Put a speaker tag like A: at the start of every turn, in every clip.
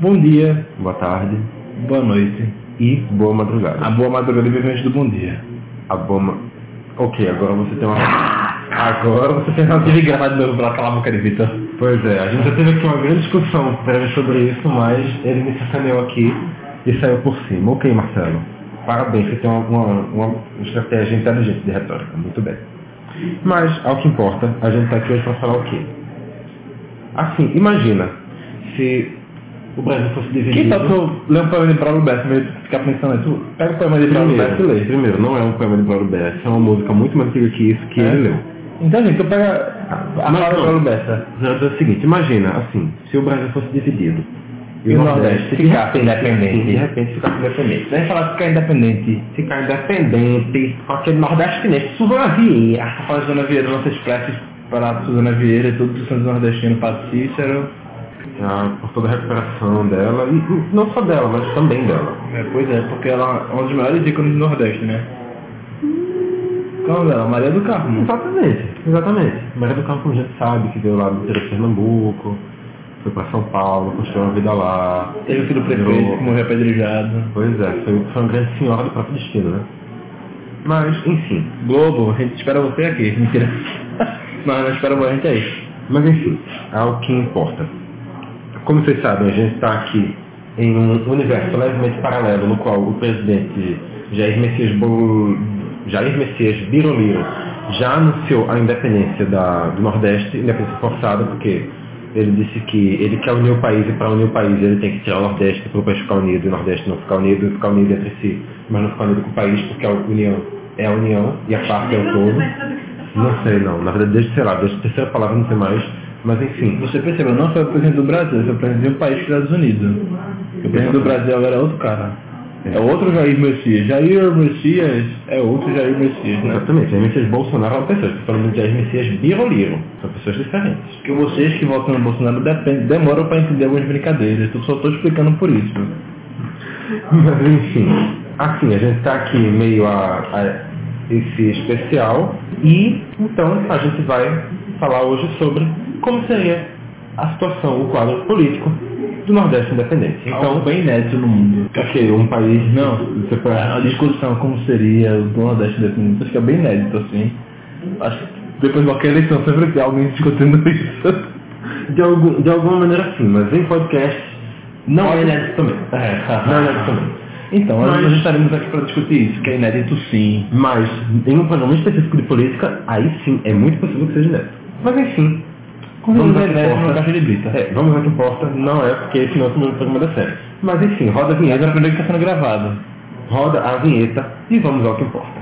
A: Bom dia,
B: boa tarde
A: boa noite.
B: e boa madrugada.
A: A boa madrugada vive antes do bom dia.
B: A boa... ma- Ok, agora você tem uma...
A: Agora você tem uma Ah! tive gravar de novo pra aquela boca de Vitor.
B: Pois é, a gente já teve aqui uma grande discussão prévia sobre isso, mas ele me sacaneou aqui e saiu por cima. Ok, Marcelo. Parabéns, você tem uma, uma- uma estratégia inteligente de retórica. Muito bem. Mas, ao que importa, a gente está aqui hoje para falar o quê? Assim, imagina se o Brasil fosse dividido...
A: Quem tá tu lê um poema de Paulo Beto, mas ficar pensando, aí, tu pega o poema de Paulo Beto e
B: Primeiro,
A: lê.
B: primeiro, não é um poema de Paulo Bessa, é uma música muito mais antiga que isso que
A: É?
B: ele leu.
A: Então, gente, tu pega a
B: Mas
A: palavra de
B: não.
A: Paulo Beto.
B: Não, é o seguinte, imagina, assim, se o Brasil fosse dividido
A: E o
B: de
A: Nordeste ficar
B: repente,
A: independente.
B: assim, de repente ficar independente,
A: Daí falar que ficar independente.
B: ficar independente com aquele Nordeste chinês,
A: Suzana Vieira. Fala Suzana Vieira, nossas preces para Suzana Vieira e todos os santos nordestinos para Cícero.
B: ah, por toda a recuperação dela, e, e não só dela, mas também dela.
A: É, pois é, porque ela é uma dos maiores ícones do Nordeste, né?
B: Então,
A: Qual dela? Maria do Carmo.
B: Exatamente, exatamente. Maria do Campo a gente sabe que veio lá do interior de Pernambuco, foi para São Paulo, construiu uma vida lá.
A: Teve o filho do prefeito é. que morreu apedrejado.
B: Pois é, foi, foi uma grande senhora do próprio destino, né? Mas, enfim,
A: Globo, a gente espera você aqui. Mentira. Não, não espera a gente aí.
B: Mas enfim, ao que importa. Como vocês sabem, a gente está aqui em um universo levemente paralelo no qual o presidente Jair Messias, Bol... Jair Messias Biroliro já anunciou a independência da- do Nordeste, independência forçada, porque ele disse que ele quer unir o país e para unir o país ele tem que tirar o Nordeste para o país ficar unido, e o Nordeste não ficar unido, e ficar unido entre si, mas não ficar unido com o país, porque a união é a união e a parte é o
C: Eu não sei
B: todo.
C: mais sobre o
B: Não
C: que você tá falando.
B: sei não, na verdade desde, sei lá, desde a terceira palavra não sei mais, mas enfim.
A: Você percebeu, não foi o presidente do Brasil, foi o presidente de um país dos Estados Unidos. O presidente do Brasil agora é outro cara. É outro Jair Messias. Jair Messias é outro Jair Messias, né?
B: Exatamente, as Messias Bolsonaro é são pessoas, estou falando de as Messias Biroliro, são pessoas diferentes.
A: Porque vocês que votam no Bolsonaro dependem, demoram para entender algumas brincadeiras. Eu só estou explicando um por isso.
B: Mas enfim, assim, a gente está aqui meio a, a esse especial e então a gente vai falar hoje sobre como seria a situação, o quadro político do Nordeste Independente.
A: Então,
B: Então,
A: bem inédito no mundo.
B: ok, um país
A: Não.
B: separado.
A: A discussão como seria o Nordeste independente, acho que é bem inédito, assim. Acho que depois de qualquer eleição sempre tem alguém discutindo isso.
B: De, algum, de alguma maneira sim, mas em podcast não é inédito também.
A: É,
B: Não é inédito também.
A: Então,
B: Mas-
A: nós estaremos aqui para discutir isso, que é inédito sim.
B: tá- Mas em um programa específico de política, aí sim, é muito possível que seja inédito. Mas enfim,
A: Vamos
B: ao que
A: ver inédito
B: importa.
A: na caixa de brita.
B: É, vamos ao que importa, não é porque senão é o primeiro programa da série. Mas enfim, roda a
A: Mas
B: vinheta,
A: aprendeu que está sendo gravado.
B: roda a vinheta e vamos ao que importa.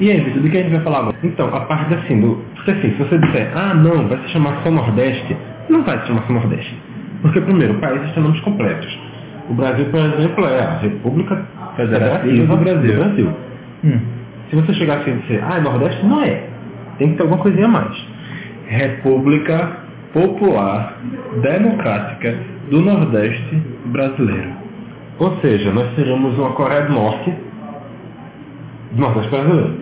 A: E aí, Vitor, do que a gente vai falar agora?
B: Então, a parte assim, do, porque assim, se você disser, ah não, vai se chamar só Nordeste, não vai se chamar só Nordeste. Porque primeiro, países têm nomes completos. O Brasil, por exemplo, é a República
A: Federativa do Brasil.
B: Brasil.
A: Hum.
B: Se você chegar assim e dizer, ah, é Nordeste, não é. Tem que ter alguma coisinha a mais.
A: República Popular Democrática do Nordeste Brasileiro.
B: Ou seja, nós seríamos uma Coreia do Norte do Nordeste brasileiro.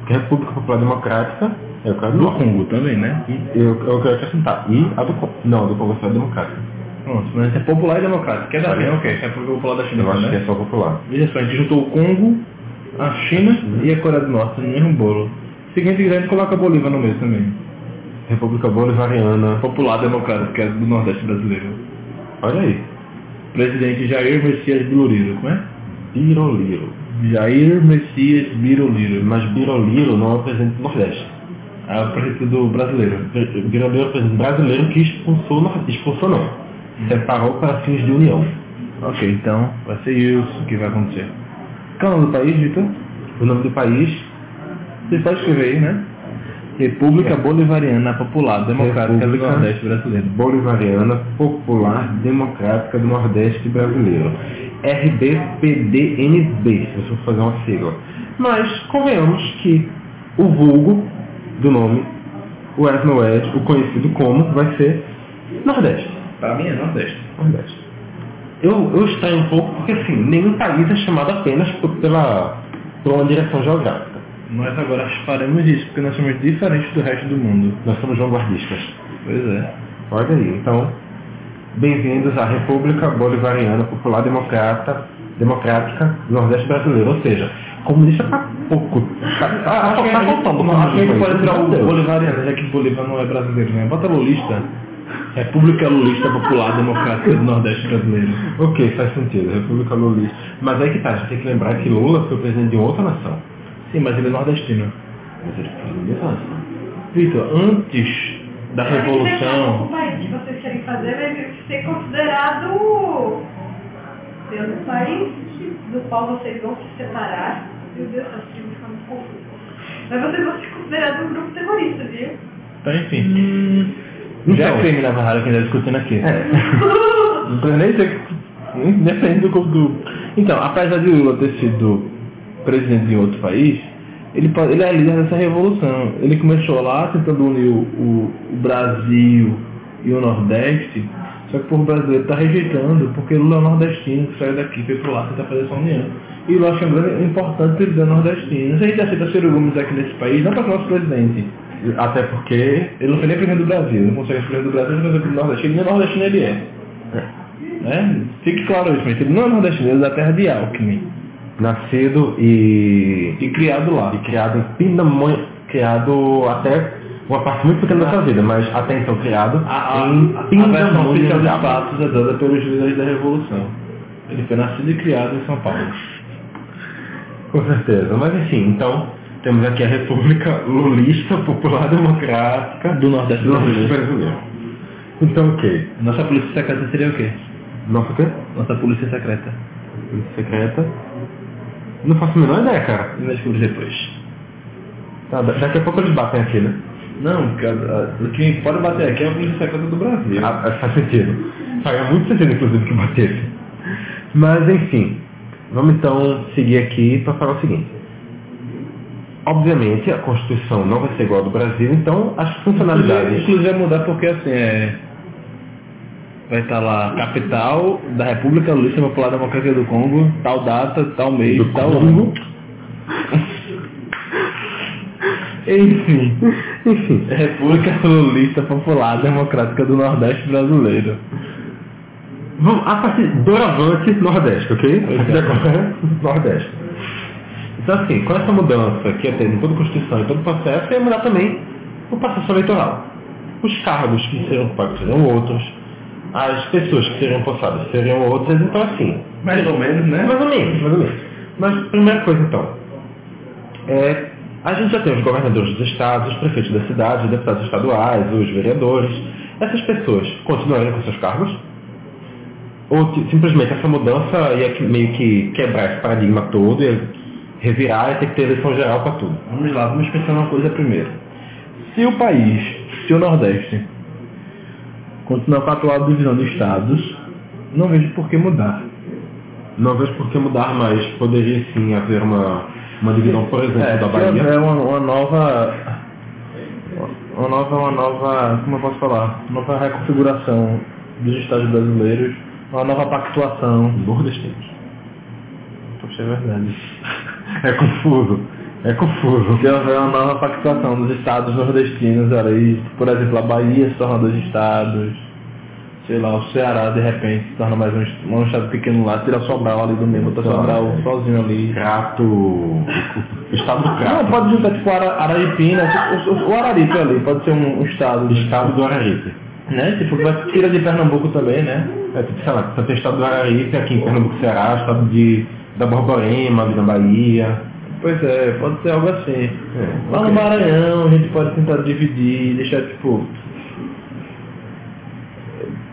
B: Porque a República Popular Democrática é a Coreia do
A: Do
B: Norte.
A: Congo também, né? E
B: Eu, é eu quero acrescentar. E a do Congo. Não, a do Congo é só democrática.
A: pronto, mas é popular e democrático. Quer
B: Olha.
A: dizer, é o quê? República Popular da China,
B: Eu acho que
A: né?
B: é só popular.
A: Veja só, a gente juntou o Congo, a
B: Uhum.
A: China e a Coreia do Norte no mesmo bolo. Seguinte, a gente coloca a Bolívia no meio também.
B: República Bolivariana.
A: Popular Democrática é do Nordeste Brasileiro.
B: Olha aí.
A: Presidente Jair Messias Biroliro, como é?
B: Biroliro.
A: Jair Messias Biroliro.
B: Mas Biroliro não é o presidente do Nordeste.
A: É o presidente do brasileiro.
B: Vir- Biroliro é o presidente brasileiro que expulsou, o Nor- expulsou não. Separou para fins de união.
A: Hum. Ok, então vai ser isso que vai acontecer. Qual é o nome do país, Vitor?
B: O nome do país,
A: Você pode escrever aí, né? República Bolivariana Popular Democrática do
B: República.
A: Nordeste Brasileiro.
B: Bolivariana Popular Democrática do Nordeste Brasileiro. RBPDNB, se você for fazer uma sigla. Mas convenhamos que o vulgo do nome, o Ethnoed, o conhecido como, vai ser Nordeste.
A: Para mim é Nordeste.
B: Nordeste. Eu, eu estranho um pouco porque assim, nenhum país é chamado apenas por, pela, por uma direção geográfica.
A: Nós agora faremos isso, porque nós somos diferentes do resto do mundo.
B: Nós somos vanguardistas.
A: Pois é.
B: Olha aí, então, bem-vindos à República Bolivariana Popular Democrata, Democrática Nordeste Brasileiro, ou seja, comunista tá pouco. Tá, tá, tá,
A: Acho que
B: tá
A: a gente-
B: faltando
A: acho que a
B: comunismo
A: gente pode
B: aí,
A: tirar o
B: entendeu?
A: bolivariano, já que Bolívar não é brasileiro, né? Bota lulista. República Lulista Popular Democrática do Nordeste Brasileiro.
B: Ok, faz sentido, República Lulista. Mas aí que tá, a gente tem que lembrar que Lula foi presidente de outra nação.
A: Sim, mas ele é nordestino.
B: Mas ele foi mesma nação.
A: Vitor, antes da Revolução...
C: O país que vocês querem fazer vai ser considerado pelo país do qual vocês vão se separar. Meu Deus, tá essa tribo fica muito confusa. Mas vocês vão ser considerados um grupo terrorista, viu?
A: Então, enfim. Já é
B: Então.
A: crime na Vahara que a gente tá discutindo aqui.
B: Não precisa nem dizer que- Depende do, do...
A: Então, apesar de Lula ter sido presidente de outro país, ele, pode- ele é líder dessa revolução. Ele começou lá tentando unir o, o- o Brasil e o Nordeste, só que o povo brasileiro está rejeitando, porque Lula é um nordestino que saiu daqui, foi pro lá tentar fazer essa união. E Lula acha é um grande importante ele ser nordestino. Se a gente aceita Ciro Gomes aqui nesse país, não para ser nosso presidente.
B: Até porque...
A: Ele não foi nem presidente do Brasil, não consegue ser presidente do Brasil, ele consegue ser nordestino, nem nordestino ele é. Né? Fique claro isso, mas ele não é nordestino, ele é da terra de Alckmin
B: Nascido e...
A: e criado lá.
B: e criado em Pindamonha, criado até uma parte muito pequena da sua vida, mas até então criado
A: A, a,
B: em
A: a versão oficial dos
B: Pindamonha.
A: fatos é dada pelos juízes da Revolução. Ele foi nascido e criado em São Paulo.
B: Com certeza, mas enfim, então temos aqui a República Lulista Popular Democrática
A: Do Nordeste
B: do Nordeste
A: brasileiro.
B: Brasileiro. Então, ok.
A: Nossa polícia secreta seria o quê?
B: Nossa o quê?
A: Nossa polícia secreta.
B: Secreta. Não faço a menor ideia, cara.
A: E vai descobrir depois.
B: Tá, da- daqui a pouco eles batem aqui, né?
A: Não, porque a, a, o que pode bater aqui é a polícia secreta do Brasil.
B: Ah, ah, faz sentido. Faria muito sentido, inclusive, que batesse. Mas, enfim, vamos então seguir aqui para falar o seguinte. Obviamente, a Constituição não vai ser igual à do Brasil, então as
A: Inclusive,
B: funcionalidades...
A: inclusive vai mudar porque assim é. Vai estar
B: Ah,
A: lá, capital da República Lulista Popular Democrática do Congo, tá tal data, tal mês,
B: Do
A: tal
B: Congo.
A: ano. Enfim.
B: Enfim,
A: República Lulista Popular Democrática do Nordeste Brasileiro.
B: vamos, a partir doravante Nordeste, ok?
A: Ok.
B: A partir de agora, Nordeste. Então, assim, com essa mudança que ia ter em toda a Constituição e todo o processo, ia mudar também o processo eleitoral. Os cargos que seriam ocupados seriam outros, as pessoas que seriam possadas seriam outras, então assim,
A: Mais ou menos, né?
B: É, mais ou menos, mais ou menos. Mas, primeira coisa, então. É, a gente já tem os governadores dos estados, os prefeitos da cidade, os deputados estaduais, os vereadores. Essas pessoas continuarem com seus cargos? Ou ti- simplesmente essa mudança ia que- meio que quebrar esse paradigma todo, ia revirar e ter que ter eleição geral para tudo?
A: Vamos lá, vamos pensar numa coisa primeiro. Se o país, se o Nordeste, continuar com a atual divisão de estados, não vejo por que mudar.
B: Não vejo por que mudar, mas poderia sim haver uma, uma divisão, por exemplo,
A: É,
B: da
A: se
B: Bahia.
A: houver uma, uma nova. Uma nova, uma nova. Como eu posso falar? Uma nova reconfiguração dos estados brasileiros, uma nova pactuação.
B: Nordestinos.
A: Poxa, é verdade.
B: É confuso. É confuso.
A: Se houver uma nova pactuação dos estados nordestinos, olha aí, por exemplo, a Bahia se torna dois estados, sei lá, o Ceará de repente se torna mais um, est- um estado pequeno lá, tira Sobral ali do meio, botar
B: Tá.
A: Sobral sozinho ali.
B: Crato. O estado do Crato.
A: Não, pode juntar tipo Ara, Araripina, tipo, o, o Araripe ali, pode ser um, um estado,
B: O estado do Araripe.
A: né? Tipo, vai- tira de Pernambuco também, né?
B: É, tipo, sei lá, só tem o estado do Araripe aqui em Pernambuco, Ceará, o estado de, da Borborema, ali na Bahia.
A: Pois é, pode ser algo assim.
B: É,
A: Lá no
B: ok.
A: Maranhão a gente pode tentar dividir, deixar tipo.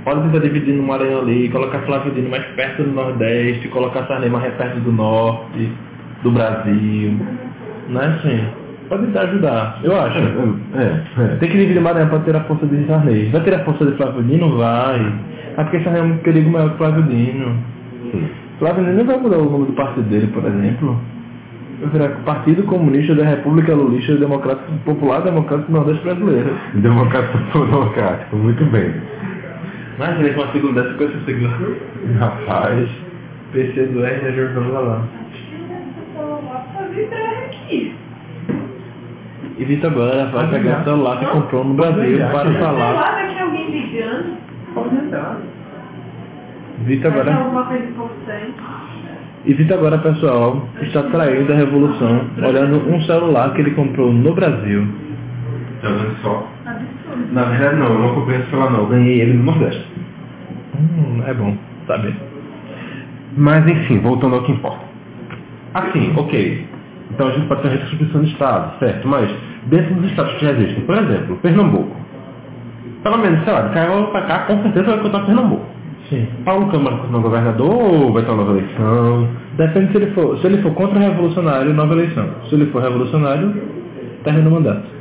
A: Pode tentar dividir no Maranhão ali, colocar Flavidino mais perto do Nordeste, colocar Sarney mais perto do Norte, do Brasil. Não é assim? Pode tentar ajudar, eu acho.
B: É, é.
A: Tem que dividir o Maranhão pra ter a força de Sarney. Vai ter a força de Flávio Dino? Vai. Ah, porque Sarney é um perigo maior que Flávio Dino.
B: Sim.
A: Flávio Dino não vai mudar o nome do partido dele, por exemplo. Vai virar Partido Comunista da República Lulista Democrático Popular Democrático do Nordeste Brasileiro.
B: Democrático por democrático, muito bem.
A: Mas ele uma sigla dessa com essa sigla.
B: Rapaz.
A: PC do R da Jornal lá.
C: Acho que essa pessoa lá pode vir pra aqui.
A: Evita agora, vai
B: Pode
A: pegar
B: ligar.
A: o celular que
D: Não,
A: comprou no
B: pode
A: Brasil
B: ligar,
A: para
B: gente.
A: falar.
C: Sei lá, vai ter alguém ligando.
D: Pode entrar.
A: Evita
C: Vai ter
A: agora,
C: alguma coisa importante.
A: evita agora, pessoal, que está traindo a revolução, olhando um celular que ele comprou no Brasil.
B: Tá vendo só?
C: Absurdo.
B: Na verdade não, eu não comprei esse celular não, eu ganhei ele no Nordeste.
A: Hum, é bom saber.
B: Mas enfim, voltando ao que importa. Assim, ok. Então a gente pode ter uma redistribuição de estados, certo? Mas dentro dos estados que já existem, por exemplo, Pernambuco. Pelo menos, sei lá, de Carol pra cá, com certeza vai contar Pernambuco.
A: Sim.
B: Paulo Câmara continuar governador ou vai ter uma nova eleição?
A: Depende se ele for, se ele for contra-revolucionário, nova eleição. Se ele for revolucionário, termina o mandato.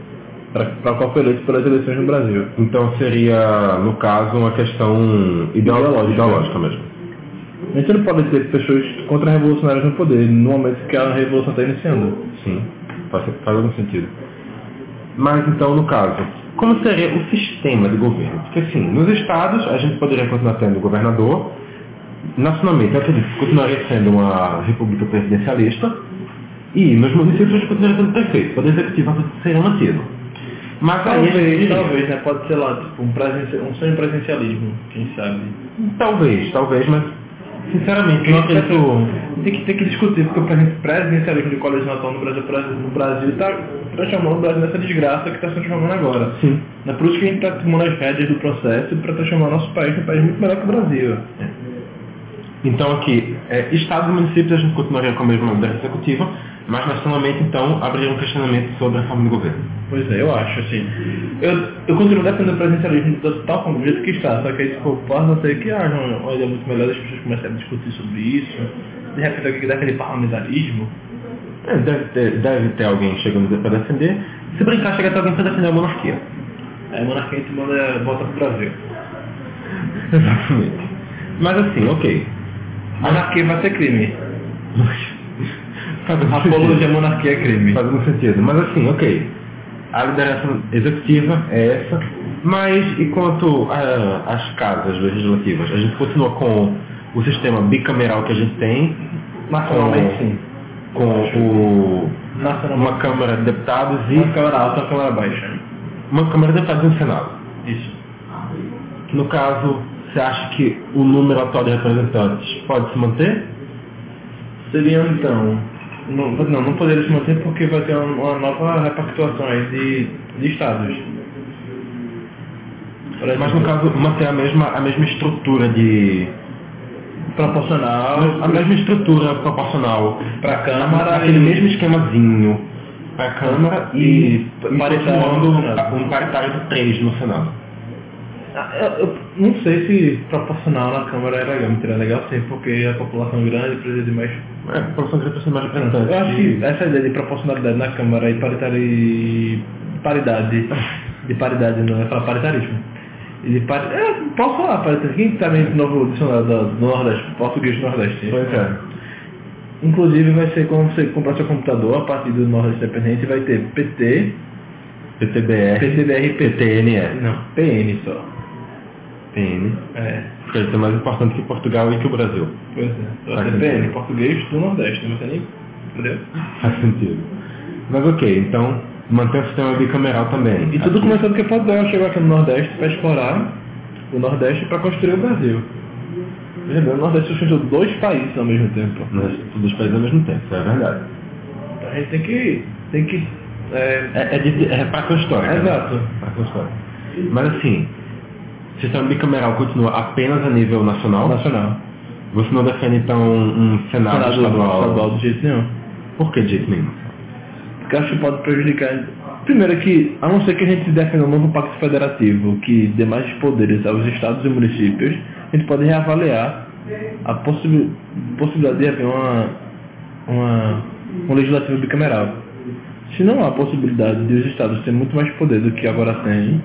A: Para qual foi eleito pelas eleições no Brasil.
B: Então seria, no caso, uma questão ideológica, ideológica mesmo.
A: A gente não pode ter pessoas contra-revolucionárias no poder, no momento que a revolução está iniciando.
B: Sim, faz, faz algum sentido. Mas então, no caso, como seria o sistema de governo? Porque assim, nos estados a gente poderia continuar tendo governador, nacionalmente, eu acredito, continuaria sendo uma república presidencialista, e nos municípios a gente continuaria tendo prefeito, poder executivo seria mantido. Mas aí a gente
A: Talvez,
B: teria-
A: talvez, né? Pode ser lá, tipo, um, presen- um semi-presencialismo, quem sabe.
B: Talvez, talvez, mas sinceramente, não acredito.
A: Tem que, tem que discutir, porque o presen- presidencialismo de colégio natal no Brasil no Brasil tá transformando o Brasil nessa desgraça que está se transformando agora.
B: Sim.
A: É por isso que a gente está tomando as rédeas do processo para transformar nosso país num país muito melhor que o Brasil.
B: Então aqui, é, estados e municípios a gente continuaria com a mesma mudança executiva, mas nacionalmente então abriria um questionamento sobre a forma de governo.
A: Pois é, eu acho, assim. Eu, eu continuo defendendo o presencialismo do- tal como do jeito que está, só que aí, tipo, possa ser que haja uma uma ideia muito melhor das pessoas começarem a discutir sobre isso. De repente, alguém daquele parlamentarismo.
B: É, deve, ter, deve ter alguém chegando para defender. Se brincar, chega até alguém para defender a monarquia.
A: Aí a É, monarquia te manda volta pro Brasil.
B: Exatamente. Mas assim, ok.
A: Monarquia vai ser crime.
B: Faz algum
A: Apologia à
B: sentido.
A: monarquia é crime.
B: Faz algum sentido. Mas assim, ok. A liderança executiva é essa. Mas e quanto a- às casas legislativas? A gente continua com o sistema bicameral que a gente tem,
A: Nacionalmente, Então, sim.
B: com o
A: Nacionalmente.
B: uma Câmara de Deputados e
A: Uma câmara alta, uma câmara baixa.
B: uma Câmara de Deputados e um Senado.
A: Isso.
B: No caso, você acha que o número atual de representantes pode se manter?
A: Seriam, então... Não, não, não poderia se manter porque vai ter uma, uma nova repactuação aí de, de estados. Por
B: Mas no
A: exemplo,
B: caso, manter a mesma, a mesma estrutura de...
A: proporcional
B: A mesma estrutura proporcional.
A: para a Câmara
B: Aquele
A: e-
B: mesmo esquemazinho para a Câmara e,
A: E
B: e
A: paritário
B: continuando
A: no Senado.
B: um paritário de três no Senado.
A: Ah, Eu, eu não sei se proporcional na Câmara é legal, mentira, é legal sim, porque a população é grande precisa de mais...
B: É, proporção de representação mais representantes.
A: Eu acho que essa ideia de proporcionalidade na Câmara e paritário e paridade, de paridade não, é falar paritarismo. E de pari... é, posso falar paritarismo, quem tá lendo o novo dicionário do, do Nordeste, português do Nordeste?
B: Pois é.
A: Inclusive vai ser quando você comprar seu computador, a partir do Nordeste Independente vai ter PT,
B: PTBR,
A: PTBR, PT,
B: PTNE,
A: não, PN só.
B: PN.
A: É,
B: Porque isso é mais importante que Portugal e que o Brasil.
A: Pois é.
B: Tá
A: Vai ser
B: sentido.
A: PN, português do Nordeste, não sei nem. Entendeu?
B: Faz sentido. Mas ok, então manter o sistema bicameral também.
A: E tudo
B: Aqui.
A: começou porque Portugal chegou aqui no Nordeste para explorar o Nordeste para construir o Brasil. Veja bem, o Nordeste sustenta dois países ao mesmo tempo.
B: Nós, todos os países ao mesmo tempo, isso é verdade.
A: Então a gente tem que. Tem que é,
B: É, é, de, é reparto histórico. né?
A: Exato.
B: Reparto histórico. Mas assim, o sistema bicameral continua apenas a nível nacional?
A: nacional.
B: Você não defende então um Senado,
A: Senado
B: estadual?
A: estadual do jeito nenhum.
B: Por que de jeito nenhum?
A: Porque eu acho que pode prejudicar. Primeiro que, a não ser que a gente defenda um novo pacto federativo que dê mais poderes aos estados e municípios, a gente pode reavaliar a possi- possibilidade de haver uma, uma, um legislativo bicameral. Se não há possibilidade de os estados terem muito mais poder do que agora têm,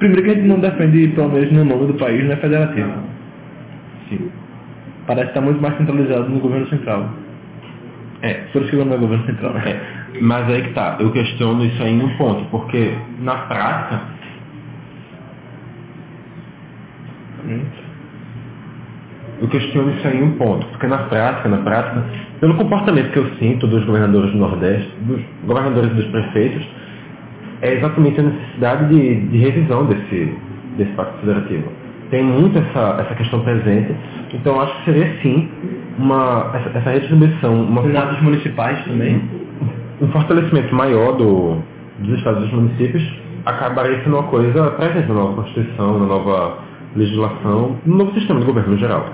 A: primeiro que a gente não defende, pelo menos no nome do país, não é federativo.
B: Sim.
A: Parece estar muito mais centralizado no governo central.
B: É.
A: Por isso que o nome é governo central. né?
B: é. Mas aí que tá, eu questiono isso aí em um ponto, porque na prática,
A: Hum.
B: eu questiono isso aí em um ponto, porque na prática, na prática, pelo comportamento que eu sinto dos governadores do Nordeste, dos governadores e dos prefeitos, é exatamente a necessidade de, de revisão desse, desse pacto federativo. Tem muito essa, essa questão presente, então acho que seria sim uma, essa, essa redistribuição, uma,
A: Senados municipais também.
B: um fortalecimento maior do, dos estados e dos municípios, acabaria sendo uma coisa presente na nova Constituição, na nova legislação, no novo sistema de governo no geral.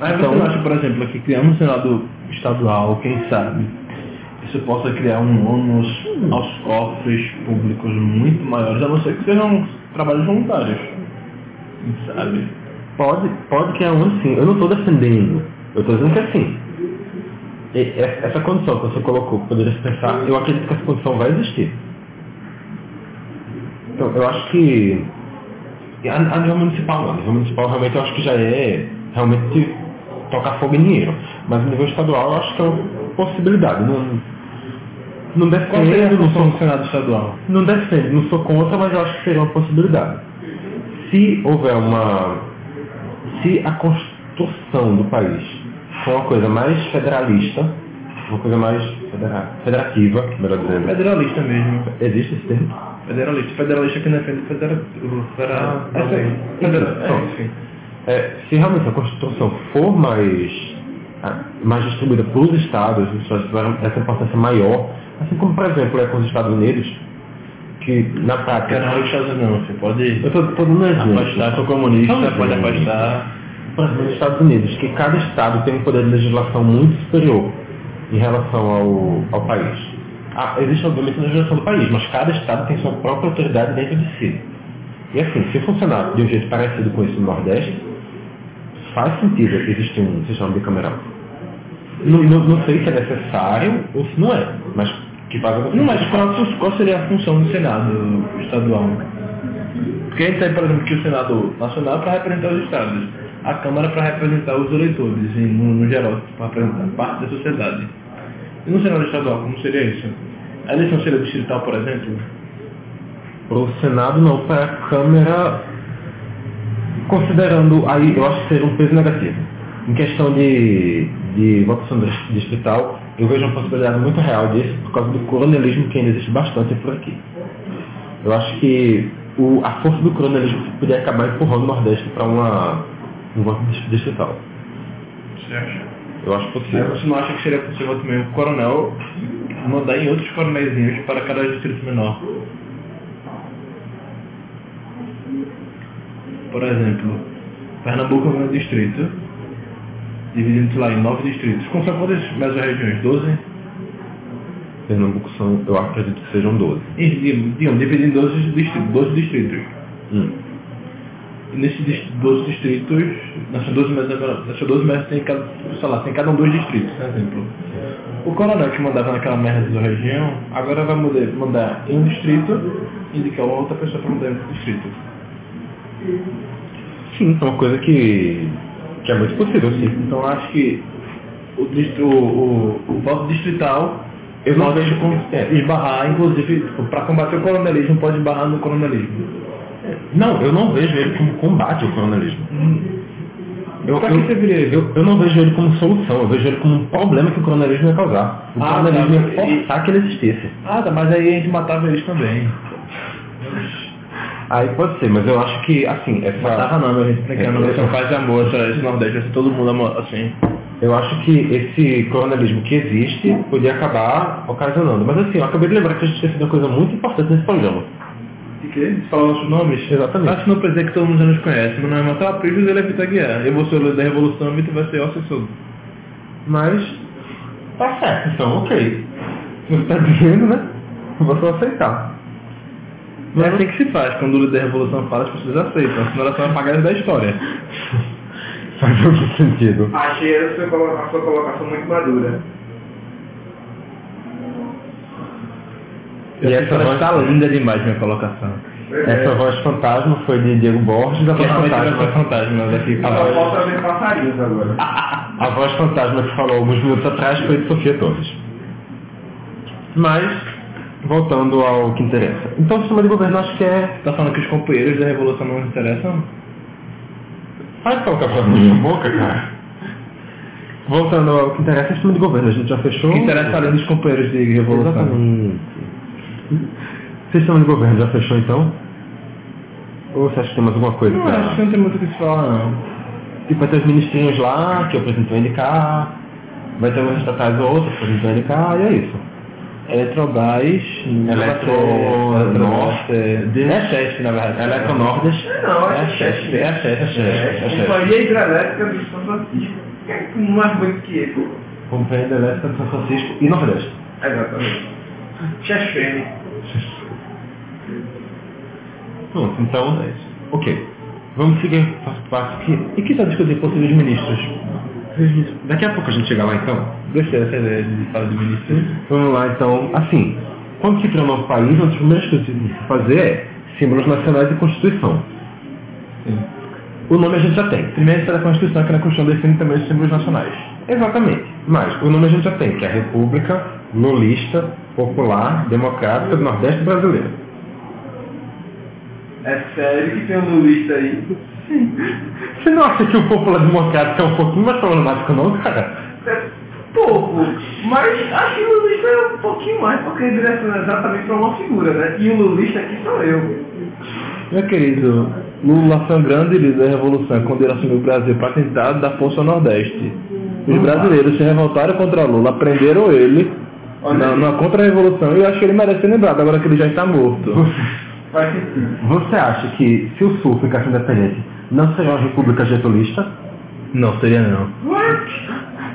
A: Aí você
B: Então-
A: não acha, por exemplo, que criar um Senado estadual, quem sabe, isso possa criar um ônus aos cofres públicos muito maiores, a não ser que sejam trabalhos voluntários. Quem sabe?
B: Pode, pode que é um sim. Eu não estou defendendo. Eu estou dizendo que assim. e- e- Essa condição que você colocou, que poderia se pensar, eu acredito que essa condição vai existir. Então, eu acho que e a, a nível municipal, não. a nível municipal realmente eu acho que já é realmente tocar fogo em dinheiro. Mas a nível estadual eu acho que é uma possibilidade. Não, não
A: Qual seria a
B: defendo, não sou
A: função do Senado estadual?
B: não defendo, não sou contra, mas eu acho que seria uma possibilidade. Se houver uma. Se a construção do país for uma coisa mais federalista, uma coisa mais federa- federativa, melhor dizendo.
A: Federalista mesmo.
B: Existe esse termo?
A: Federalista. Federalista
B: é
A: que defende federa- o federal.
B: Ah, não sei.
A: Federal.
B: Então, É, se realmente a Constituição for mais, ah, mais distribuída para os estados, os estados tiveram essa importância maior, assim como, por exemplo, é com os Estados Unidos, que na prática...
A: Canal dos Estados Unidos, não, você pode
B: Eu estou dando um exemplo.
A: afastar, sou comunista,
B: Não,
A: pode
B: gente.
A: afastar.
B: por exemplo, nos Estados Unidos, que cada estado tem um poder de legislação muito superior em relação ao, ao país. Ah, existe obviamente a legislação do país, mas cada estado tem sua própria autoridade dentro de si. E assim, se funcionar de um jeito parecido com isso no Nordeste, faz sentido existir um sistema bicameral. Não, não- não sei se é necessário ou se não é, mas que faz
A: Não, mas qual, qual seria a função do Senado estadual? Porque a gente tem, por exemplo, que o Senado Nacional é para representar os estados, a Câmara é para representar os eleitores, e no, no geral, para representar parte da sociedade. E no Senado estadual, como seria isso? A eleição seria distrital, por exemplo?
B: Para o Senado não, para a Câmara, considerando aí, eu acho que seria um peso negativo. Em questão de, de votação dist- distrital, eu vejo uma possibilidade muito real disso por causa do coronelismo que ainda existe bastante por aqui. Eu acho que o- a força do coronelismo poderia acabar empurrando o Nordeste para uma, um voto dist- distrital.
A: Você acha?
B: Eu acho
A: Aí
B: possível.
A: você não acha que seria possível também o coronel mandar em outros coronéisinhos para cada distrito menor? Por exemplo, Pernambuco é um grande distrito, dividindo sei lá em nove distritos. Com são quantas regiões? Doze?
B: Pernambuco são, eu acredito que sejam 12.
A: E, di- Digamos, dividindo em 12 distritos. 12 distritos.
B: Ah. Hum.
A: E nesses dis- 12 distritos, nessas 12 mesas, nessas 12 mesas tem cada, sei lá, tem cada um dois distritos, por exemplo. O coronel que mandava naquela merda da região, agora vai mudar, mandar em um distrito, indicar uma outra pessoa para mudar em outro distrito.
B: Sim, é uma coisa que, que é muito possível, sim.
A: Então eu acho que o, distri- o, o, o voto distrital
B: Eu não
A: pode
B: vejo
A: com-
B: é.
A: esbarrar, inclusive, para combater o coronelismo, pode esbarrar no coronelismo.
B: Não, eu não vejo ele como combate ao coronelismo. Eu,
A: Pra que
B: eu-
A: serviria ele?
B: eu- eu não vejo ele como solução, eu vejo ele como um problema que o coronelismo ia causar. O
A: Ah,
B: coronelismo é ia
A: tá. E-
B: forçar que ele existisse.
A: Ah, tá, mas aí a gente matava eles também.
B: Aí pode ser, mas eu acho que, assim, essa,
A: Tava não, meu gente, brincando,
B: É,
A: você é um
B: é.
A: paz de amor, esse Nordeste, vai ser todo mundo amor, assim.
B: eu acho que esse coronelismo que existe podia acabar ocasionando. Mas assim, eu acabei de lembrar que a gente fez uma coisa muito importante nesse programa.
A: De quê? Você fala nossos nomes?
B: Exatamente.
A: Acho que não precisa que todo mundo já nos conhece. Meu nome é Matar Prijos e ele é Vita Guiar. Eu vou ser o líder da Revolução e tu vai ser o assessor.
B: Mas tá certo, então ok. Você está
A: tá
B: dizendo, né? Eu Vou aceitar.
A: Não é assim que se faz. Quando o líder da Revolução fala, as pessoas aceitam. Senão elas são apagadas da história.
B: Faz algum sentido.
D: Achei a sua, colo- a sua colocação muito madura.
B: E
A: Eu sei
B: essa
A: que ela
B: voz-
A: está tá linda demais, minha colocação.
D: é.
B: Essa voz fantasma foi de Diego Borges, a
A: Que é
B: voz
A: realmente vai ser
B: fantasma.
A: fantasma né? daqui pra
D: Só
A: lá.
D: falta ver passarinhos agora.
B: Ah. A voz fantasma que falou alguns minutos atrás foi de Sofia Torres. Mas, voltando ao que interessa. Então o sistema de governo acho que é.
A: Tá falando que os companheiros da Revolução não nos interessam?
B: é Faz colocar pra minha boca, cara. Voltando ao que interessa, é sistema de governo. A gente já fechou.
A: O que interessa é além dos companheiros de revolução.
B: Exatamente. Sistema de governo já fechou então? Ou você acha que tem mais alguma coisa?
A: Não,
B: pra-
A: acho que não tem muito o que se falar, não.
B: Tipo, vai ter os ministrinhos lá, que eu um apresento o NK, vai ter umas estatais ou outras, que apresento o NK, e é isso.
A: Eletrobras,
B: Eletro-
A: Norte, é Chesf, na
B: né?
A: verdade.
B: Eletronordas.
D: Não,
A: É a
D: acho que
A: Chesf, é a Chesf, é a Chesf, é a Chesf.
D: Companhia Hidrelétrica de São Francisco. É mais bonito que ele, pô.
B: Companhia da Elétrica de São Francisco e Nordeste.
D: Exatamente. Chefene.
B: Pronto, então, é isso. ok. Vamos seguir para o passo que...
A: E que tal discutir por dos ministros?
B: Daqui a pouco a gente chega lá, então.
A: Gostei dessa ideia de falar de ministros.
B: Vamos lá, então. Assim, quando se cria um novo país, uma das primeiras coisas que se tem que fazer é símbolos nacionais e Constituição.
A: Sim.
B: O nome a gente já tem.
A: Primeiro está a Constituição, que na Constituição define também os símbolos nacionais.
B: Exatamente. Mas o nome a gente já tem, que é República Lulista Popular Democrática do Nordeste Brasileiro.
D: É sério que tem um lulista aí?
B: Você não acha que o Popular Democrático é um pouquinho mais problemático não, cara?
D: É pouco, mas acho que o lulista é um pouquinho mais, porque ele direciona exatamente para uma figura, né? E o lulista aqui sou eu.
A: Meu querido, Lula foi um grande líder da Revolução é quando ele assumiu o Brasil patentado da Força Nordeste. Os brasileiros se revoltaram contra Lula, prenderam ele
D: Olha
A: na,
D: aí.
A: na contra-revolução e eu acho que ele merece ser lembrado agora que ele já está morto.
D: Faz sentido.
B: Você acha que se o Sul ficasse independente, não seria uma república getulista?
A: Não, seria não.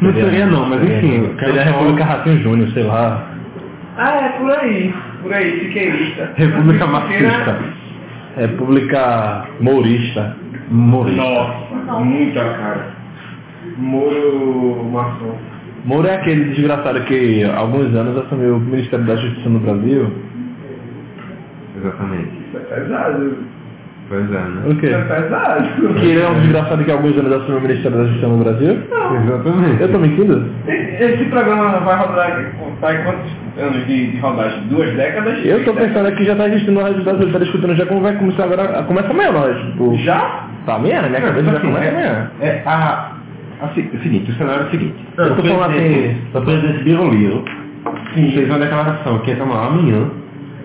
B: Não seria não, mas enfim... eu quero
A: Seria a
B: só-
A: República Ratinho Júnior, sei lá.
D: Ah, é por aí. Por aí, fiqueirista.
B: República Marxista.
A: República Mourista.
B: Morista.
D: Nossa, muita cara. Moro maçom.
A: Moura é aquele desgraçado que há alguns anos assumiu o Ministério da Justiça no Brasil.
B: Exatamente.
D: Isso é pesado.
B: Pois é, né?
A: O quê?
D: Isso é pesado.
A: Que ele é um desgraçado que há alguns anos assumiu o Ministério da Justiça no Brasil?
B: Exatamente.
A: Eu tô mentindo?
D: Esse programa vai rodar vai quantos anos de, de rodagem? Duas décadas?
A: Eu tô
D: Três
A: pensando aqui, já tá existindo uma resultado, ele tá discutindo já como vai começar agora. Começa amanhã nós.
D: décadas?
A: Tipo,
D: Já?
A: Tá né? amanhã, na minha cabeça já começa amanhã.
B: é, é
D: ah,
B: a, assim, o seguinte, o cenário é o seguinte.
A: Eu tô
B: o
A: falando
B: presidente, o presidente Biroliro
D: Sim.
B: fez uma declaração que ia tomar amanhã,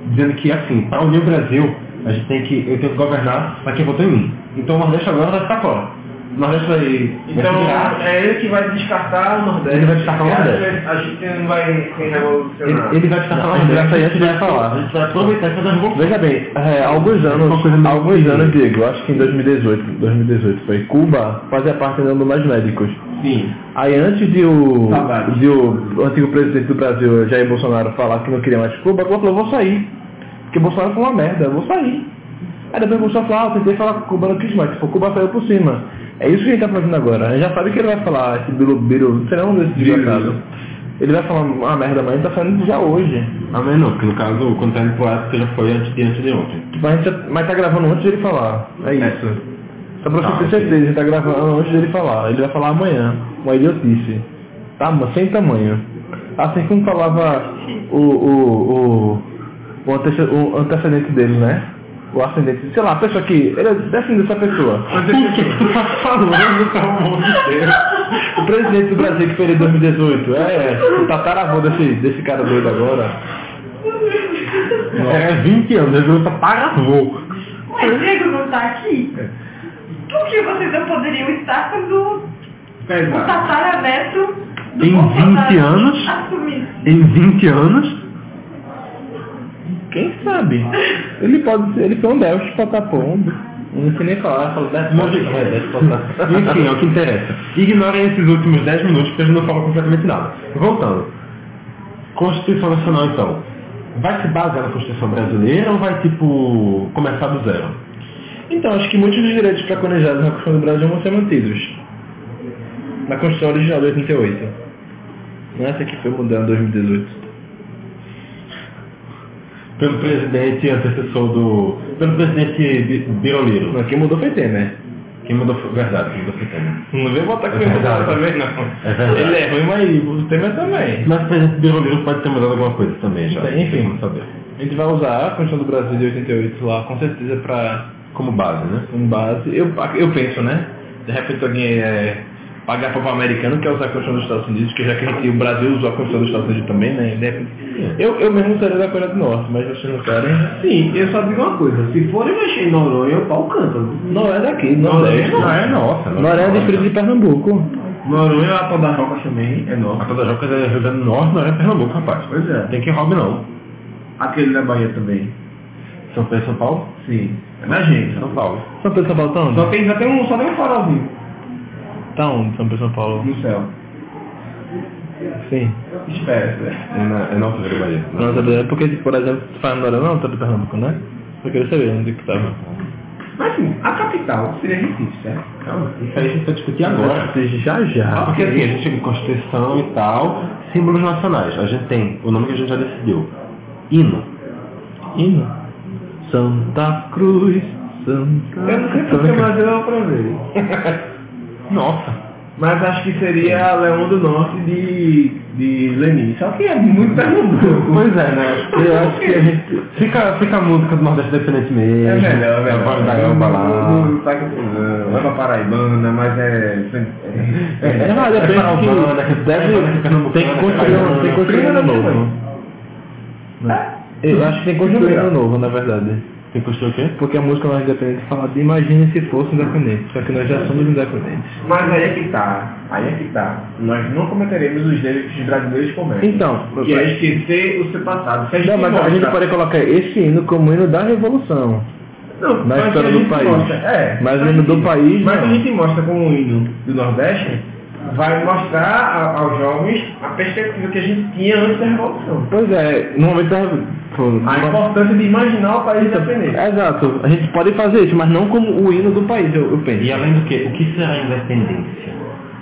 B: dizendo que assim, para unir o Brasil, a gente tem que, eu tenho que governar para quem votou em mim. Então o Nordeste agora vai ficar fora. O Nordeste vai, vai se
D: Então
B: virar.
D: é ele que vai descartar o Nordeste.
B: Ele vai descartar o Nordeste.
D: A gente- A gente não vai se revolucionar.
B: Ele, ele vai ficar
A: Não,
B: falando
A: a gente vai sair antes de
B: vai
A: falar.
B: é A gente vai aproveitar e fazer um as revoluções.
A: Veja bem, é, alguns anos,
B: Uma coisa meio
A: alguns
B: que-
A: anos, Diego, acho que em 2018, 2018 foi, Cuba fazia parte ainda do Mais Médicos.
D: Sim.
A: Aí antes de o,
D: Saudades.
A: de o antigo presidente do Brasil, Jair Bolsonaro, falar que não queria mais Cuba, Cuba falou, vou sair. Porque Bolsonaro foi uma merda, eu vou sair. Aí depois o Bolsonaro falou, ah, eu tentei falar com Cuba, não quis mais, tipo, Cuba saiu por cima. É isso que a gente tá fazendo agora. A gente já sabe que ele vai falar, esse Bilu Bilu, não sei lá onde esse
B: Bilu.
A: desgraçado. Ele vai falar uma merda, mas ele tá falando já hoje.
B: Amanhã Ah, não, porque no caso, quando tá indo pro ar, já foi antes de, antes de ontem.
A: Tipo, a gente já- mas tá gravando antes dele falar. É isso. Só pra
B: Tá,
A: você ter
B: ok.
A: certeza, a gente tá gravando antes dele falar. Ele vai falar amanhã. Uma idiotice. Tá, mas sem tamanho. Assim como falava o, o, o, o, antece- o antecedente dele, né? O ascendente, sei lá, a pessoa que. Ele é descendente dessa pessoa.
B: O que tu tá falando, pelo amor de Deus?
A: O presidente do Brasil que foi ele em 2018. É, é, o tataravô desse, desse cara doido agora.
B: Era 20 É anos, ele virou tataravô.
C: Mas Diego não tá aqui? Por que vocês não poderiam estar quando o
D: Pesado.
C: tataraneto do
B: Tem
C: Bolsonaro
B: 20 anos?
C: assumisse?
B: Em 20 anos,
A: Quem sabe? Ele pode ser, ele foi um Deus de Potapondo. Não sei nem falar, falou 10
B: enfim, é o que interessa. Ignorem esses últimos 10 minutos, porque a gente não falou completamente nada. Voltando. Constituição Nacional, então. Vai se basear na Constituição Brasileira ou vai, tipo, começar do zero?
A: Então, acho que muitos dos direitos preconizados na Constituição do Brasil vão ser mantidos. Na Constituição original de 88. Não é essa que foi mudada em 2018.
B: Pelo presidente antecessor do... Pelo presidente Bi- Biroliro.
A: Não, quem mudou foi Temer.
B: Quem mudou foi... Verdade, quem mudou foi Temer.
A: Não vem botar
B: É verdade.
A: também,
B: É verdade.
A: Ele é ruim, mas o Temer também.
B: Mas o presidente Biroliro pode ter mudado alguma coisa também, já.
A: Enfim.
B: Não tem como saber.
A: A gente vai usar a Constituição do Brasil de 88 lá, com certeza, pra
B: Como base, né?
A: com base. Eu, eu penso, né? De repente alguém é pagar para o americano, que é usar a Constituição dos Estados Unidos, que já que a gente, o Brasil usou a Constituição dos Estados Unidos também, né? independente. Eu, eu mesmo seria da Coreia do Norte, mas vocês não querem.
D: Sim, eu só digo uma coisa. Se forem mexer em Noronha, o pau canta.
A: Não é daqui, Nordeste.
B: Não é nossa. não
A: Noré é o
B: nossa.
A: distrito de Pernambuco.
D: Noronha, a pau da roca também é
B: A
D: nossa.
B: toda joca é Rio Grande do Norte, não é Pernambuco, rapaz.
D: Pois é.
B: Tem que roube não.
D: Aquele da Bahia também.
B: São Pedro e São Paulo?
D: Sim. É na gente.
B: São Paulo.
A: São Pedro e São Paulo tá onde?
D: Só tem, só tem um, só tem um farolzinho
A: Tá onde, São Pedro e São Paulo?
D: no céu.
A: Sim.
D: Espera, espera.
B: É, na, é nossa Vila Bahia.
A: Não sabia, porque, tipo, por exemplo, tu fala Noré não, tá de Pernambuco, né? Só queria saber onde que tava.
D: Mas assim, a capital seria Recife, certo?
B: Calma, isso aí a gente vai discutir agora.
A: Já,
B: Ah,
A: já.
B: porque assim, a gente chega em Constituição e tal, símbolos nacionais. A gente tem o nome que a gente já decidiu. Hino.
A: Hino. Santa Cruz,
D: Eu não sei
A: Santa
D: porque, é
A: Cruz.
D: mas eu aprovei.
B: Nossa.
D: Mas acho que seria Leão do Norte de, de Lenin. Só que é muito Pernambuco.
B: Pois é, né?
A: Eu acho que a gente...
B: Fica, fica a música do Nordeste Independente mesmo.
D: É melhor, é melhor.
B: Vai dar uma
D: Não,
B: lá.
D: não tá confusão. Vai pra Paraibana, mas é...
A: É, é, mas depende
B: para a
D: né,
B: Urbana,
A: que
B: que é para
A: deve,
B: a
A: tem que
B: Urbana,
A: construir,
B: que é
A: um- tem que construir um
D: Prima da
A: ano
D: minha
A: novo. Né?
D: É.
A: Eu acho que tem que construir um ano novo, na verdade.
B: Tem construir o quê?
A: Porque a música não é independente fala de imagine se fosse independente. Só que nós já somos independentes.
D: Mas aí é que tá. Aí é que tá. Nós não cometeremos os erros que os brasileiros cometem.
A: Então,
D: Que é esquecer o seu passado. Se a gente
A: não, mas a
D: mostra-
A: gente pode colocar esse hino como hino da revolução. na
D: Não, mas
A: história
D: se a
A: do
D: gente
A: país.
D: mostra- É.
A: Mas
D: se a
A: o hino do
D: gente-
A: país,
D: Mas
A: não.
D: se a gente mostra como o hino do Nordeste, vai mostrar a- aos jovens a perspectiva que a gente tinha antes da Revolução.
A: Pois é, no momento da revolução.
D: A importância de imaginar o país independente.
A: Exato, a gente pode fazer isso, mas não como o hino do país, eu, eu penso.
B: E além do que, o que será a independência?